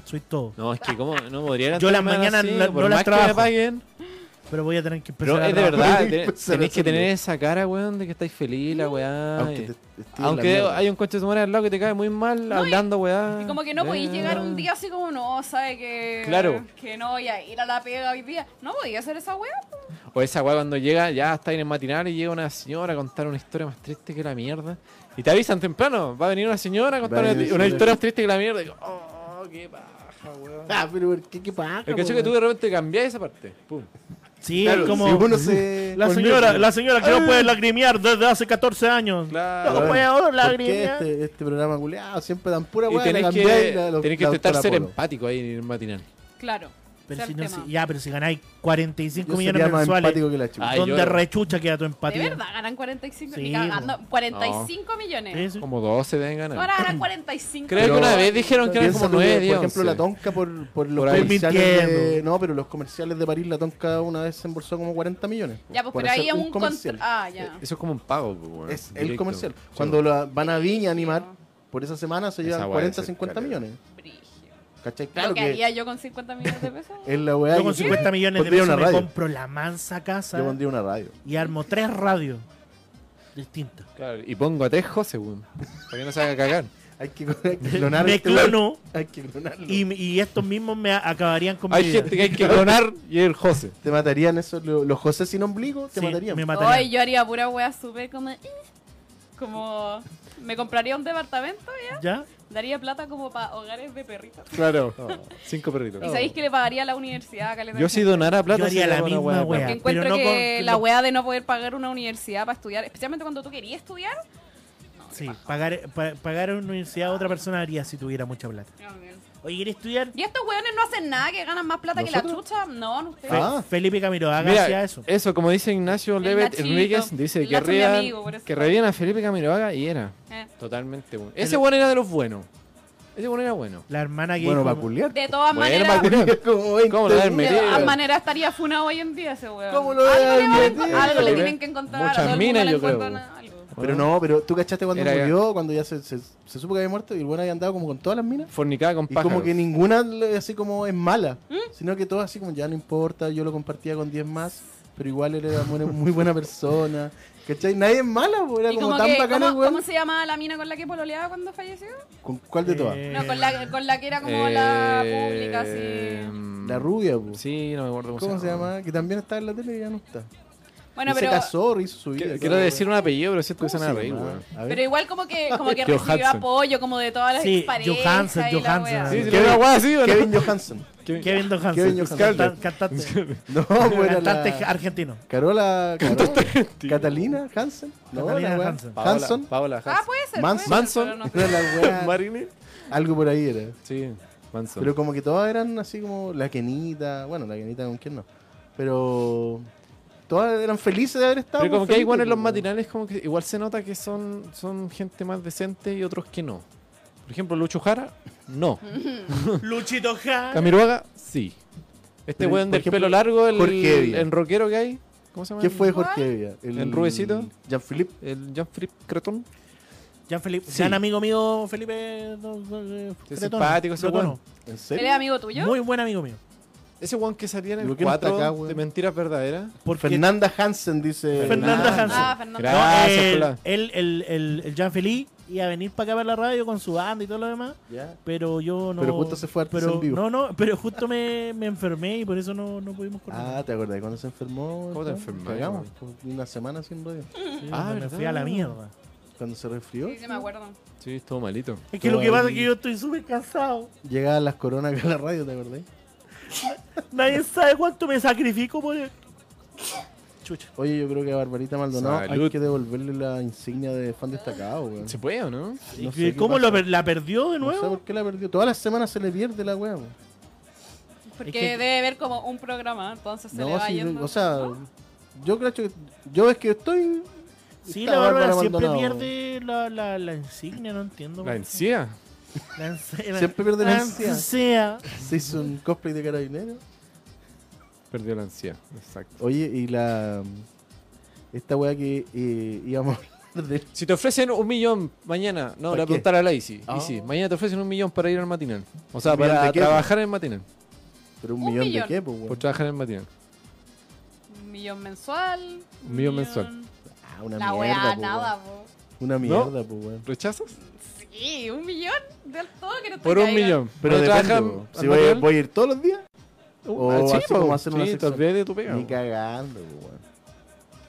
A: Soy todo.
C: No, es que como no podría
A: Yo las
C: entrar más
A: mañanas
C: así,
A: no-
C: por
A: no las
C: más que me
A: trabajo.
C: paguen.
A: Pero voy a tener que empezar
C: Pero
A: a
C: es de
A: trabajar.
C: verdad,
D: Tenés que
C: te-
D: empezar a
C: tenéis que tener
D: hacerlo.
C: esa cara, weón, de que estáis feliz, la weá.
D: aunque
C: y-
D: te, te esté en la
C: Aunque
D: mierda.
C: hay un coche de tu madre al lado que te cae muy mal
B: No, y-
C: hablando, weá.
B: Y como que no podís
C: Eh,
B: llegar un día así como, no, sabe que.
C: Claro.
B: Que no voy a ir a la pega hoy día. No podía hacer esa wea. po.
C: O esa weá cuando llega, ya está en el matinal y llega una señora a contar una historia más triste que la mierda. Y te avisan temprano, va a venir una señora a contar
D: Va a
C: una,
D: venir
C: una
D: una
C: historia
D: señora.
C: más triste que la mierda. Y digo, oh, qué paja, weón.
D: Ah, pero ¿por ¿qué, qué paja,
C: El cacho que
D: weón?
C: tú de repente cambiás esa parte. Pum.
A: Sí,
D: Claro,
A: es como.
D: si uno se-
A: La
D: olvida-
A: señora, la señora que no puede lagrimear desde hace 14 años.
C: Claro.
A: No puedo
D: ¿Por qué
A: lagrimear.
D: este, este programa culeado siempre dan pura
C: Y
D: weá?
C: tenés
D: la
C: que,
D: cambiáis la- la-
C: tenés que
D: la
C: intentar
D: doctora
C: ser
D: Polo.
C: empático ahí en el matinal.
B: Claro.
A: Pero
B: ese
A: si
B: es
A: no,
B: el
A: si-
B: tema.
A: ya, pero si ganáis 45
D: Yo
A: millones
D: sería más
A: mensuales,
D: empático que la chucha.
C: Ay,
A: ¿dónde
C: yo-
A: rechucha queda tu empatía?
B: ¿De verdad ganan 45
A: Sí,
B: Ni cagando.
A: po.
B: 45 millones.
A: Sí, sí.
C: Como 12 deben ganar.
B: Ahora ganan 45
C: Creo que una vez dijeron que eran como
D: Piénsalo
C: 9,
D: que,
C: 10,
D: Por ejemplo, la tonca por, por los
C: Por ahí.
D: comerciales de,
A: Mintiendo.
D: No, pero los comerciales de París, la tonca una vez se embolsó como 40 millones.
B: Ya, pues,
D: por
B: pero ahí
D: hacer
B: es un
D: comercial.
B: contra. Ah, ya.
C: Eso es como un pago, pues, weón,
D: Es el
C: directo.
D: comercial.
C: Sí, pues.
D: Cuando la- van a Viña a animar, por esa semana se
C: Esa
D: llevan
C: weá
D: 40,
C: es
D: 50
C: caleta.
D: millones.
B: Brigio.
D: ¿Cachai?
B: Lo
D: Claro
B: que
D: que
B: haría yo con 50 millones de pesos.
D: es la weá.
A: Yo con
D: que-
A: 50 millones de
D: Pondría
A: pesos
D: una
A: me
D: radio.
A: compro la mansa casa
D: Yo pondría una radio.
A: y armo tres radios distintas.
C: Claro, y pongo a tres José, weón. Para que no se haga cagar.
D: Hay que, hay que clonar
A: me
D: este weón.
A: clono
D: Hay que clonarlo.
A: y, y estos mismos me a- acabarían con mi
C: Hay
A: vida.
C: gente que hay que clonar y el José.
D: Te matarían esos lo- los José sin ombligo, te
A: Sí,
D: matarían.
A: me matarían.
B: Hoy yo haría pura wea súper como. eh, Como. Me compraría un departamento y
A: ¿Ya?
B: daría plata como para hogares de perritos.
C: Claro. Cinco perritos.
B: Y sabéis que le pagaría a la universidad, caleta.
C: Oh. Yo si donara plata
A: Yo haría
C: sería
A: la
C: una
A: misma
C: weá de
A: weá.
B: Que
C: plata.
B: encuentro
A: Pero no
B: que
A: con-
B: la wea de no poder pagar una universidad para estudiar, especialmente cuando tú querías estudiar.
A: Sí, pagar, pa- pagar a una universidad a otra persona haría si tuviera mucha plata. Oye, ¿quieres estudiar?
B: Y estos weones no hacen nada, que ganan más plata que la
D: ¿Nosotros?
B: chucha. No, no ustedes.
A: Fe-
D: Ah.
A: Felipe Camiroaga
C: Mira, eh,
A: hacía eso.
C: como dice Ignacio Levet
B: Nachito.
C: Enríquez, dice
B: El
C: que
B: Nacho es mi
C: reían,
B: amigo, por eso.
C: que reían a Felipe Camiroaga y era
B: Eh.
C: totalmente bueno. Ese bueno era de los buenos. Ese bueno era bueno.
A: La hermana que
D: Bueno,
A: dijo-
D: para culiar.
B: De todas
C: Bueno,
B: maneras.
C: Macu-
D: Como 20
C: ¿Cómo lo deben
B: De
C: meter?
B: todas maneras estaría funado hoy en día ese weón.
D: ¿Cómo lo
B: algo,
D: deben
B: le van a
D: meter?
B: encon- algo le
C: Felipe,
B: tienen que encontrar.
C: muchas
B: a todo el mundo
C: minas,
B: le
C: yo creo,
B: encuentran algo.
D: Pero no, pero tú cachaste cuando
C: Era-
D: murió, cuando ya se, se- se supo que había muerto y el bueno había andado como con todas las minas.
C: Fornicada con
D: Y
C: pájaros.
D: como que ninguna le- así como es mala,
B: ¿Mm?
D: sino que todo así como ya no importa, yo lo compartía con 10 más, pero igual él era muy, muy buena persona. ¿Cachai? Nadie es mala, po, era
B: Y
D: como,
B: como
D: tan
B: que,
D: bacana el
B: ¿cómo,
D: weón.
B: cómo se llamaba la mina con la que pololeaba cuando falleció?
D: ¿Con cuál de todas?
A: Eh,
B: No, con la, con la que era como la
C: eh,
B: pública, así.
D: La rubia, po.
C: Sí, no me acuerdo cómo,
D: ¿Cómo se llama? Que también está en la tele y ya no está.
B: Bueno,
D: Y
B: pero,
D: Se casó, hizo su vida.
C: Quiero,
D: y
C: quiero
D: todo,
C: decir un apellido, pero siento
D: ¿Cómo
C: que se van a
D: se
C: reír,
D: llamaba?
C: weón.
D: A ver.
B: pero igual como que, como que
C: Johansson.
B: recibió apoyo como de todas las
A: Sí,
B: exparejas
A: Johansson,
B: y la
A: Johansson.
B: wea.
A: Sí,
C: ¿Qué una weá así, o no?
D: Kevin Johansson.
A: Kevin Johansson.
D: Kevin Johansson.
A: Cantan- Cantante.
D: No, bueno,
A: Cantante
D: la...
A: argentino.
D: Carola, Carola- Catalina Hansen. No,
A: Catalina
D: la wea.
A: Hansen.
C: Paola-
D: Hanson.
C: Paola
B: Ah, pues.
C: Hanson.
B: puede ser.
D: Manson.
B: puede ser,
C: Manson.
B: pero no.
D: Era la wea-
C: Marini.
D: Algo por ahí era.
C: Sí, Manson.
D: Pero como que todas eran así como la Kenita. Bueno, la Kenita con quién no. Pero todas eran felices de haber estado.
C: Pero como
D: con
C: que hay
D: Felipe, pues,
C: igual en los
D: po.
C: matinales, como que igual se nota que son, son gente más decente y otros que no. Por ejemplo, Lucho Jara, no.
A: Luchito Jara.
C: Camiroaga, sí. Este
D: Pero,
C: weón
D: por
C: del
D: ejemplo,
C: pelo largo, el,
D: Jorge Evia.
C: el rockero que hay. ¿Cómo se llama?
D: ¿Quién fue Jorge Villa?
C: ¿El rubecito?
D: Jean-Philippe.
C: El Jean-Philippe Creton.
A: Jean Felipe.
C: Sí.
A: Gran amigo mío, Felipe. no, no, eh,
C: Es
A: Cretono.
C: simpático ese
A: Cretono.
C: weón.
D: ¿En
B: ¿Él
D: serio?
B: es amigo tuyo?
A: Muy buen amigo mío.
C: Ese weón que salía en
D: ¿Y
C: el
D: por qué no está
C: 4
D: acá, weón?
C: de Mentiras Verdaderas.
A: Porque
D: Fernanda Hansen dice.
A: Fernanda Hansen.
B: Ah, Fernando.
C: Gra-
A: No,
C: Gracias,
A: él-
C: Pola.
A: él, el, el, el Jean Felipe iba a venir para acá para la radio con su banda y todo lo demás.
D: Ya.
A: Pero yo no.
D: Pero justo se fue a Artes
A: pero,
D: en Vivo.
A: No, no, pero justo me, me enfermé y por eso no, no pudimos
D: Ah,
A: correr.
D: ¿te acordás cuando se enfermó?
C: ¿Cómo te
D: ¿no?
C: enfermaste,
D: Cagamos. Una semana sin radio.
C: ah,
A: me
C: ¿verdad?
A: fui a la mierda.
D: Cuando se resfrió,
B: Sí, sí, me acuerdo.
C: Sí, estuvo malito.
A: Es que lo que pasa es
D: Ay.
A: que yo estoy súper cansado.
D: llegaban las coronas acá a la radio, ¿te acordás?
A: Nadie sabe cuánto me sacrifico por él. Chucha.
D: Oye, yo creo que a Barbarita Maldonado hay
C: Salud.
D: que devolverle la insignia de fan destacado, weón.
C: ¿Se puede o no?
A: ¿Y
D: No
A: que-
D: sé qué
A: ¿Cómo
D: pasó.
A: lo per- la perdió de
D: No sé
A: nuevo?
D: por qué la perdió. Todas las semanas se le pierde la weá, weón.
B: Porque
A: Es que-
B: debe ver como un programa, entonces se le
D: No,
B: va
D: sí,
B: yendo.
D: o sea,
B: ¿no?
D: yo creo que. Yo es que estoy.
A: sí,
D: está
A: la Bárbara
D: Bárbara
A: siempre
D: Maldonado.
A: pierde la, la, la insignia, no entiendo.
C: La
A: por qué.
C: encía.
A: La encía.
D: Siempre pierde la ansia.
A: encía.
D: Se hizo un cosplay de carabinero.
C: Perdió la encía. Exacto.
D: Oye, y la. Esta weá que eh, íbamos a hablar de.
C: Si te ofrecen un millón mañana, no, le
D: ¿Para
C: voy
D: qué?
C: a preguntar a la Isi.
D: Ah.
C: Isi, mañana te ofrecen un millón para ir al matinal. O sea,
D: ¿Un millón de
C: para
D: qué?
C: trabajar en el matinal.
D: Pero un,
B: Un
D: millón,
B: millón.
D: de qué, pues, weón.
C: Por trabajar en el matinal.
B: Un millón mensual.
C: Un millón mensual.
D: Ah, una
B: La
D: mierda.
B: wea,
D: po,
B: nada,
D: weón.
B: po.
D: Una mierda, pues, weón.
C: ¿Rechazas?
B: Sí, un millón del todo que no te
C: Por un
B: caiga.
C: millón.
D: Pero
C: ¿Puedes
D: depende,
C: trabajar
D: po.
C: al
D: Si voy, a-
C: matinal?
D: voy a ir todos los días.
C: Uh,
D: o
C: ah, sí,
D: así como
C: po.
D: hacer una
C: Sí, te
D: sección.
C: olvidas de tu pega. pues.
D: Ni
C: po.
D: cagando, po, weón.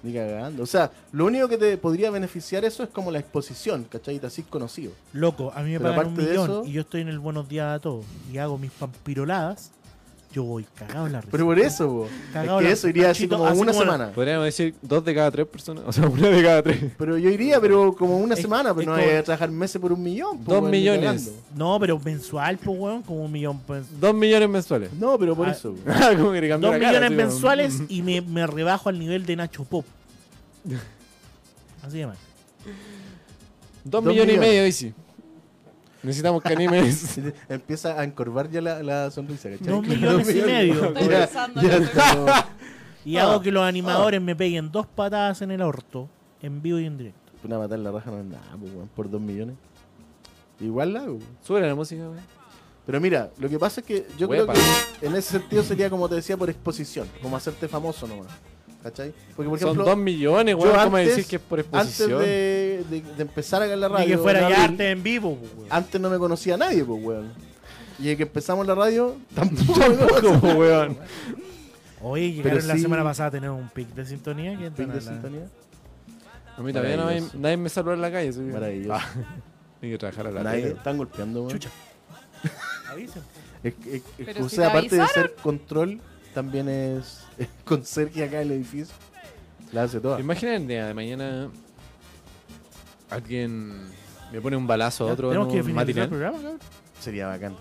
D: Ni cagando. O sea, lo único que te podría beneficiar eso es como la exposición, ¿cachai? Te así conocido.
A: Loco, a mí me
D: Pero
A: pagan un
D: aparte de
A: millón
D: eso-
A: y yo estoy en el buenos días a todos y hago mis pampiroladas. Yo voy cagado en la risa.
D: Pero por eso, po.
A: Cagado
D: es
A: la-
D: que eso iría así
A: Panchito,
D: como
A: así
D: una
A: como la-
D: semana.
C: Podríamos decir dos de cada tres personas. O sea, una de cada tres.
D: Pero yo iría, pero como una
A: Es-
D: semana, pero
A: es
D: no
A: como-
D: voy a trabajar meses por un millón. po,
C: Dos
D: weón, ni
C: millones.
D: cagando.
A: No, pero mensual, pues, weón, como un millón. pues.
C: Dos millones mensuales.
D: No, pero por
A: Ah.
D: eso. po.
C: Como que le cambió
A: Dos
C: la cara,
A: millones
C: así como,
A: mensuales
C: mm.
A: y me, me rebajo al nivel de Nacho Pop. Así de mal.
C: Dos
D: Dos
C: millones y
D: millones.
C: medio, Isi. Necesitamos que animes.
D: Sí, Empieza a encorvar ya la, la sonrisa, ¿cachai?
A: Dos
D: Claro,
A: millones y medio.
B: Estoy
D: Ya,
B: pensando,
D: ya,
B: no sé.
D: pero-
A: Y
D: Ah.
A: hago que los animadores me peguen dos patadas en el orto, en vivo y en directo.
D: Una matar la raja no es nada, po, weón, por dos millones. Igual la hago.
C: Sube la música, güey. Pero
D: Pero mira, lo que pasa es que yo
C: Huepa.
D: creo que en ese sentido sería como te decía, por exposición, como hacerte famoso nomás. ¿Cachai? Porque por
C: Son
D: ejemplo,
C: dos millones, güey.
D: yo
C: ¿Cómo
D: antes-
C: decís que es por
D: antes
C: exposición?
D: de, de- de empezar acá en la radio,
A: Ni que fuera
D: en
A: ya
D: abril,
A: arte en vivo, pues, weón.
D: antes no me conocía a nadie, pues weón. Y de que empezamos la radio, tampoco.
C: Tampoco, po, weón.
A: Oye, llegaron
D: Pero
A: la
D: sí.
A: semana pasada a tener un pic de sintonía. que
D: Fin
A: entran a
D: de
A: la-
D: sintonía.
C: A mí también nadie,
D: Maravilloso.
C: nadie me saluda en la calle. Soy
D: Maravilloso.
C: Hay que trabajar a la
D: Ah, Nadie
C: tele.
D: están golpeando, weón.
A: Chucha. Avisen.
D: Es- es- es-
B: Pero
D: o
B: si
D: sea,
B: te
D: aparte de ser control, también es conserje acá en el edificio. La hace toda.
C: Imagina el día de mañana alguien me pone un balazo a
A: Ya,
C: otro en
A: Tenemos que
C: un
A: finalizar el
C: matinal.
A: programa, cabrón.
D: Sería bacán.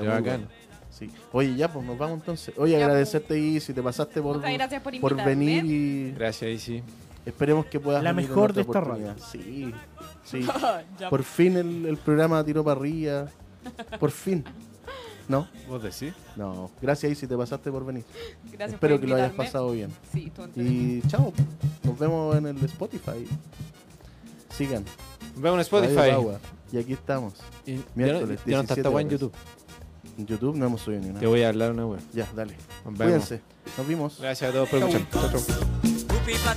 C: Sería
D: muy
C: bacán.
D: bueno. Sí. Oye, ya, pues nos vamos entonces. Oye,
B: Ya, pues.
D: agradecerte y si te pasaste por,
B: Muchas gracias por
D: por
B: invitarme.
D: venir y
C: Gracias, Isi.
D: esperemos que puedas.
A: La
D: venir en
A: mejor de
D: otra
A: esta radio.
D: oportunidad. Sí, sí.
B: Ya.
D: Por fin el, el programa tiró parrilla. Por fin. ¿No?
C: ¿Vos decís?
D: No. Gracias, si te pasaste por venir.
B: Gracias
D: Espero
B: por
D: que lo hayas
B: invitarme.
D: pasado bien.
B: Sí, tú
D: Y chao. Nos vemos en el Spotify. sigan.
C: Vean un
D: Radio
C: Spotify.
D: Bagua. Y aquí estamos.
C: Y ya no-
D: Miércoles,
C: ya no está esta
D: 17
C: weá en
D: horas.
C: YouTube.
D: En YouTube no hemos subido ni nada.
C: Te voy a hablar una weá.
D: Ya, dale.
C: Nos vemos.
D: Cuídense. Nos vimos.
C: Gracias a todos por escuchar. Chau, chau.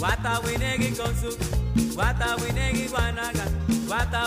J: Wata winegi konsu, wata winegi wanaga, wata